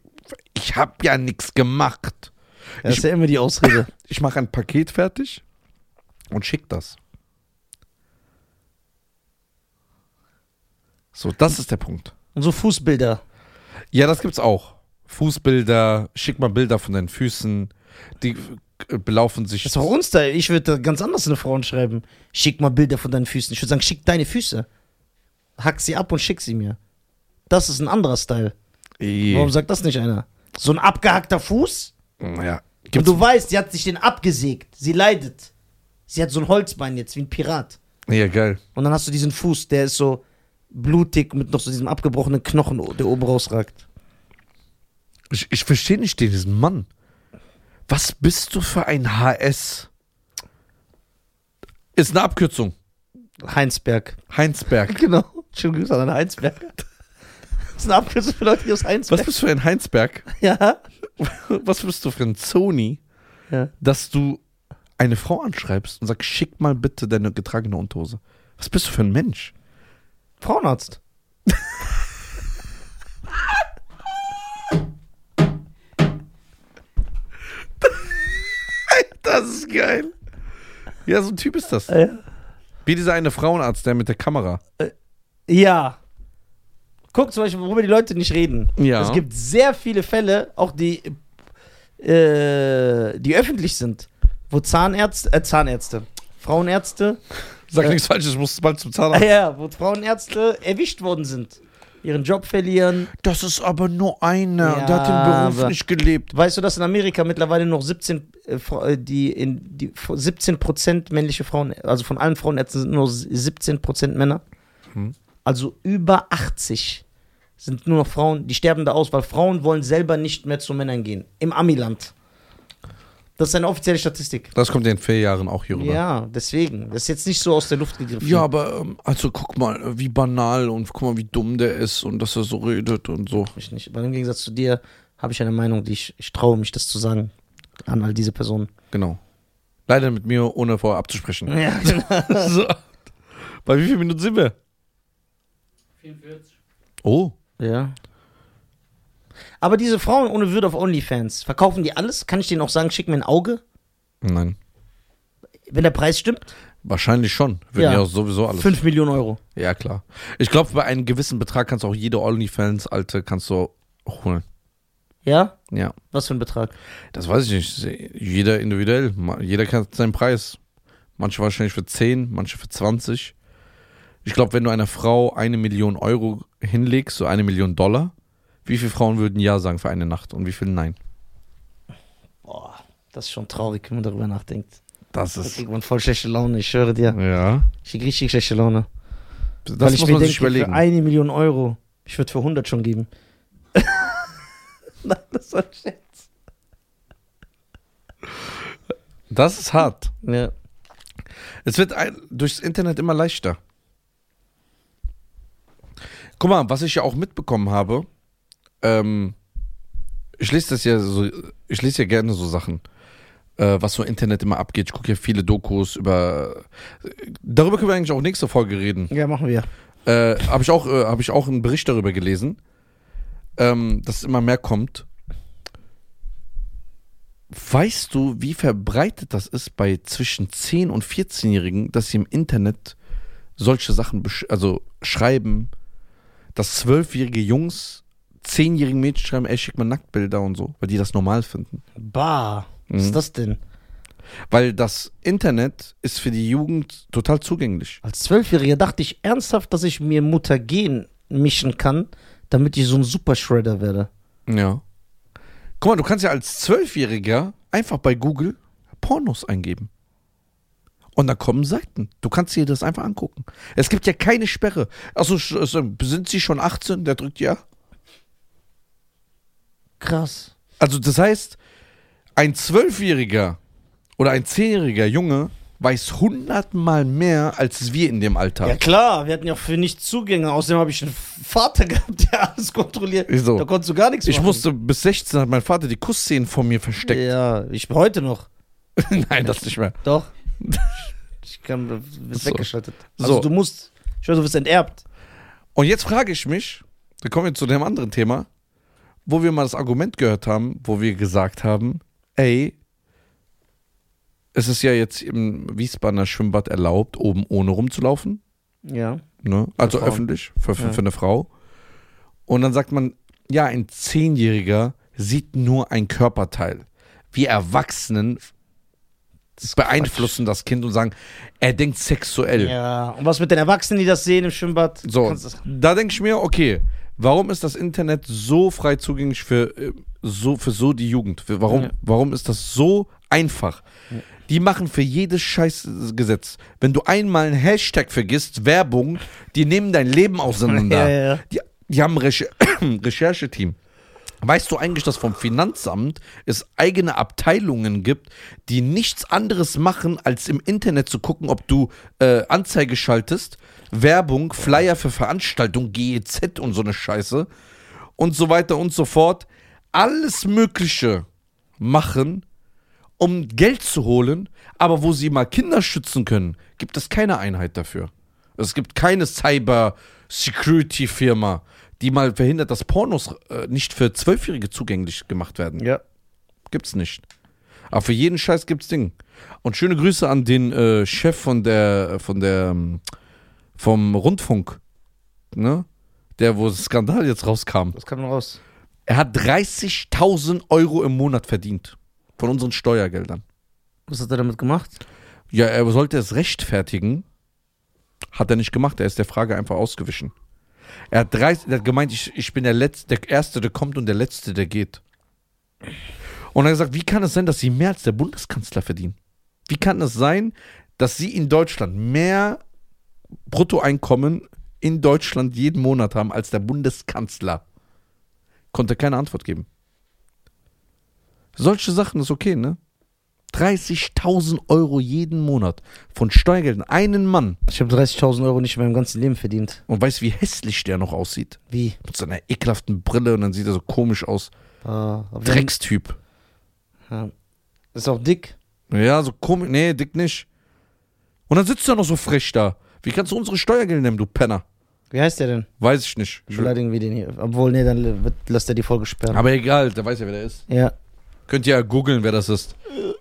Speaker 1: ich habe ja nichts gemacht.
Speaker 2: Das ist ja immer die Ausrede.
Speaker 1: Ich mache ein Paket fertig und schick das. So, das ist der Punkt.
Speaker 2: Und so Fußbilder.
Speaker 1: Ja, das gibt's auch. Fußbilder, schick mal Bilder von deinen Füßen. Die äh, belaufen sich.
Speaker 2: Das ist doch uns da. Ich würde da ganz anders eine Frauen schreiben. Schick mal Bilder von deinen Füßen. Ich würde sagen, schick deine Füße. Hack sie ab und schick sie mir. Das ist ein anderer Style.
Speaker 1: Eh.
Speaker 2: Warum sagt das nicht einer? So ein abgehackter Fuß?
Speaker 1: Ja.
Speaker 2: Und
Speaker 1: Gibt's,
Speaker 2: du weißt, sie hat sich den abgesägt. Sie leidet. Sie hat so ein Holzbein jetzt, wie ein Pirat.
Speaker 1: ja, geil.
Speaker 2: Und dann hast du diesen Fuß, der ist so blutig mit noch so diesem abgebrochenen Knochen, der oben rausragt.
Speaker 1: Ich, ich verstehe nicht den- diesen Mann. Was bist du für ein HS? Ist eine Abkürzung.
Speaker 2: Heinsberg.
Speaker 1: Heinsberg.
Speaker 2: Genau. Schönen Grüße an den Heinsberg. Das ist eine Abkürzung für Leute, die aus
Speaker 1: Was
Speaker 2: Heinsberg.
Speaker 1: bist du für ein Heinsberg?
Speaker 2: Ja.
Speaker 1: Was bist du für ein Sony,
Speaker 2: ja.
Speaker 1: dass du eine Frau anschreibst und sagst, schick mal bitte deine getragene Unterhose. Was bist du für ein Mensch?
Speaker 2: Frauenarzt.
Speaker 1: Das ist geil. Ja, so ein Typ ist das.
Speaker 2: Äh,
Speaker 1: Wie dieser eine Frauenarzt, der mit der Kamera.
Speaker 2: ja. Guck zum Beispiel, worüber die Leute nicht reden.
Speaker 1: Ja.
Speaker 2: Es gibt sehr viele Fälle, auch die, äh, die öffentlich sind, wo Zahnärzte, äh, Zahnärzte, Frauenärzte,
Speaker 1: Sag
Speaker 2: Äh.
Speaker 1: nichts Falsches, ich muss bald zum Zahnarzt.
Speaker 2: äh, ja, wo Frauenärzte erwischt worden sind, ihren Job verlieren.
Speaker 1: Das ist aber nur einer.
Speaker 2: Ja, aber-
Speaker 1: gelebt.
Speaker 2: Weißt du, dass in Amerika mittlerweile noch 17, äh, Fra- äh, die in, die, 17 Prozent männliche Frauen, also von allen Frauenärzten sind nur 17 Prozent Männer? Also über 80 sind nur noch Frauen, die sterben da aus, weil Frauen wollen selber nicht mehr zu Männern gehen. Im Amiland. Das ist eine offizielle Statistik.
Speaker 1: Das kommt ja in vier Jahren auch hier rüber.
Speaker 2: Ja, deswegen. Das ist jetzt nicht so aus der Luft gegriffen.
Speaker 1: Ja, aber ähm, also guck mal, wie banal und guck mal, wie dumm der ist und dass er so redet und so.
Speaker 2: Ich nicht. Aber im Gegensatz zu dir habe ich eine Meinung, die ich, ich traue mich, das zu sagen an all diese Personen.
Speaker 1: Genau. Leider mit mir, ohne vorher abzusprechen.
Speaker 2: Ja, genau.
Speaker 1: so. Bei wie vielen Minuten sind wir?
Speaker 3: 44.
Speaker 1: Oh.
Speaker 2: Ja. Aber diese Frauen ohne Würde auf OnlyFans, verkaufen die alles? Kann ich denen auch sagen, schick mir ein Auge,
Speaker 1: Nein.
Speaker 2: wenn der Preis stimmt?
Speaker 1: Wahrscheinlich schon. Würden
Speaker 2: Ja.
Speaker 1: ja, sowieso alles.
Speaker 2: 5 Millionen Euro.
Speaker 1: Ja, klar. Ich glaube, bei einem gewissen Betrag kannst du auch jede OnlyFans-Alte kannst du holen.
Speaker 2: Ja?
Speaker 1: Ja.
Speaker 2: Was für ein Betrag?
Speaker 1: Das weiß ich nicht. Jeder individuell. Ma- Jeder hat seinen Preis. Manche wahrscheinlich für 10, manche für 20. Ich glaube, wenn du einer Frau eine Million Euro hinlegst, so eine Million Dollar, wie viele Frauen würden Ja sagen für eine Nacht und wie viele Nein?
Speaker 2: Boah, das ist schon traurig, wenn man darüber nachdenkt.
Speaker 1: Das
Speaker 2: Da kriegt man voll schlechte Laune, ich schwöre dir.
Speaker 1: Ja.
Speaker 2: Ich krieg richtig schlechte Laune.
Speaker 1: Das
Speaker 2: Weil ich
Speaker 1: muss
Speaker 2: mir
Speaker 1: man
Speaker 2: denke,
Speaker 1: sich überlegen.
Speaker 2: für eine Million Euro, ich würde für 100 schon geben. Nein, das war ein Scherz.
Speaker 1: Das ist hart.
Speaker 2: Ja.
Speaker 1: Es wird ein, durchs Internet immer leichter. Guck mal, was ich ja auch mitbekommen habe, ähm, ich lese das ja so, ich lese ja gerne so Sachen, äh, was so im Internet immer abgeht. Ich gucke ja viele Dokus über. Darüber können wir eigentlich auch nächste Folge reden.
Speaker 2: ja, machen wir.
Speaker 1: Äh, habe ich, auch, äh, hab ich auch einen Bericht darüber gelesen, ähm, dass es immer mehr kommt. Weißt du, wie verbreitet das ist bei zwischen 10 und 14-Jährigen, dass sie im Internet solche Sachen besch also schreiben, dass zwölfjährige Jungs 10-jährigen Mädchen schreiben, ey, schick mal Nacktbilder und so, weil die das normal finden.
Speaker 2: Bah, was
Speaker 1: Mhm.
Speaker 2: ist das denn?
Speaker 1: Weil das Internet ist für die Jugend total zugänglich.
Speaker 2: Als Zwölfjähriger dachte ich ernsthaft, dass ich mir Mutagen mischen kann, damit ich so ein Super Shredder werde.
Speaker 1: Ja. Guck mal, du kannst ja als Zwölfjähriger einfach bei Google Pornos eingeben. Und da kommen Seiten. Du kannst dir das einfach angucken. Es gibt ja keine Sperre. Also sch- so, sind sie schon 18? Der drückt ja.
Speaker 2: Krass.
Speaker 1: Also das heißt, ein Zwölfjähriger oder ein Zehnjähriger Junge weiß hundertmal mehr als wir in dem Alter.
Speaker 2: Ja klar, wir hatten ja auch für nicht Zugänge. Außerdem habe ich einen Vater gehabt, der alles kontrolliert.
Speaker 1: Wieso?
Speaker 2: Da konntest du gar nichts
Speaker 1: ich
Speaker 2: machen.
Speaker 1: musste bis 16 hat mein Vater die Kussszenen von mir versteckt.
Speaker 2: Ja, ich heute noch.
Speaker 1: Nein, das nicht mehr.
Speaker 2: Doch. ich kann, wird
Speaker 1: So.
Speaker 2: weggeschaltet.
Speaker 1: So.
Speaker 2: Also du musst, ich höre, du wirst enterbt.
Speaker 1: Und jetzt frage ich mich, da kommen wir zu dem anderen Thema, wo wir mal das Argument gehört haben, wo wir gesagt haben, ey, es ist ja jetzt im Wiesbadener Schwimmbad erlaubt, oben ohne rumzulaufen,
Speaker 2: Ja.
Speaker 1: ne? also
Speaker 2: Frauen.
Speaker 1: öffentlich, für, für,
Speaker 2: Ja.
Speaker 1: für eine Frau. Und dann sagt man, ja, ein Zehnjähriger sieht nur ein Körperteil. Wir Erwachsenen beeinflussen das Kind und sagen, er denkt sexuell.
Speaker 2: Ja. Und was mit den Erwachsenen, die das sehen im Schwimmbad?
Speaker 1: So,
Speaker 2: Kannst das-
Speaker 1: da denke ich mir, okay, warum ist das Internet so frei zugänglich für äh, so, für so die Jugend? Für, warum,
Speaker 2: Ja.
Speaker 1: warum ist das so einfach? Die machen für jedes Scheißgesetz. Wenn du einmal einen Hashtag vergisst, Werbung, die nehmen dein Leben auseinander.
Speaker 2: Ja, ja, ja.
Speaker 1: Die, die haben ein Recher Rechercheteam. Weißt du eigentlich, dass vom Finanzamt es eigene Abteilungen gibt, die nichts anderes machen, als im Internet zu gucken, ob du äh, Anzeige schaltest, Werbung, Flyer für Veranstaltungen, GEZ und so eine Scheiße und so weiter und so fort. Alles Mögliche machen, um Geld zu holen, aber wo sie mal Kinder schützen können, gibt es keine Einheit dafür. Es gibt keine Cyber-Security-Firma, die mal verhindert, dass Pornos äh, nicht für Zwölfjährige zugänglich gemacht werden.
Speaker 2: Ja.
Speaker 1: Gibt's nicht. Aber für jeden Scheiß gibt's Ding. Und schöne Grüße an den äh, Chef von der, von der, ähm, vom Rundfunk, ne? Der, wo das Skandal jetzt rauskam.
Speaker 2: Das kann man raus.
Speaker 1: Er hat 30.000 Euro im Monat verdient. Von unseren Steuergeldern.
Speaker 2: Was hat er damit gemacht?
Speaker 1: Ja, er sollte es rechtfertigen. Hat er nicht gemacht. Er ist der Frage einfach ausgewichen. Er hat, 30, er hat gemeint, ich, ich bin der Letzte, der Erste, der kommt und der Letzte, der geht. Und er hat gesagt, wie kann es sein, dass sie mehr als der Bundeskanzler verdienen? Wie kann es sein, dass sie in Deutschland mehr Bruttoeinkommen in Deutschland jeden Monat haben als der Bundeskanzler? Konnte keine Antwort geben. Solche Sachen ist okay, ne? 30.000 Euro jeden Monat von Steuergeldern. Einen Mann.
Speaker 2: Ich habe 30.000 Euro nicht in meinem ganzen Leben verdient.
Speaker 1: Und weißt du, wie hässlich der noch aussieht?
Speaker 2: Wie?
Speaker 1: Mit so einer ekelhaften Brille und dann sieht er so komisch aus.
Speaker 2: Ah, aber wir-
Speaker 1: Dreckstyp.
Speaker 2: Ja. Ist auch dick.
Speaker 1: Ja, so komisch. Nee, dick nicht. Und dann sitzt er noch so frech da. Wie kannst du unsere Steuergelder nehmen, du Penner?
Speaker 2: Wie heißt der denn?
Speaker 1: Weiß ich nicht. Ich will-
Speaker 2: Beleidigen wir den hier. Obwohl, nee, dann l- wird- lässt er die Folge sperren.
Speaker 1: Aber egal, der weiß ja, wer der ist.
Speaker 2: ja.
Speaker 1: Könnt ihr ja googeln, wer das ist.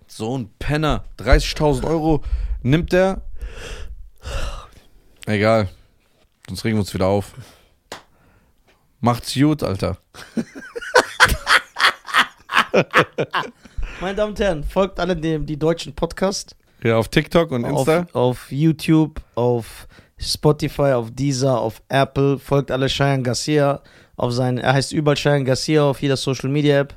Speaker 1: So ein Penner. 30.000 Euro nimmt der. Egal. Sonst regen wir uns wieder auf. Macht's gut, Alter.
Speaker 2: Meine Damen und Herren, folgt alle dem die deutschen Podcast.
Speaker 1: Ja, auf TikTok und Insta.
Speaker 2: Auf, auf YouTube, auf Spotify, auf Deezer, auf Apple. Folgt alle Cheyenne Garcia. Auf seinen, er heißt überall Cheyenne Garcia auf jeder Social Media App.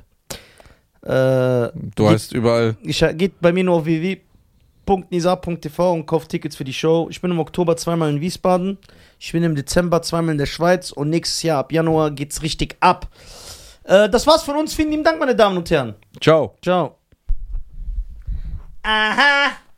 Speaker 2: Äh,
Speaker 1: Du heißt überall.
Speaker 2: ich, äh, geht bei mir nur auf www.nisa.tv und kauft Tickets für die Show. Ich bin im Oktober zweimal in Wiesbaden. Ich bin im Dezember zweimal in der Schweiz. Und nächstes Jahr ab Januar geht's richtig ab. Äh, das war's von uns. Vielen lieben Dank, meine Damen und Herren.
Speaker 1: Ciao.
Speaker 2: Ciao. Aha.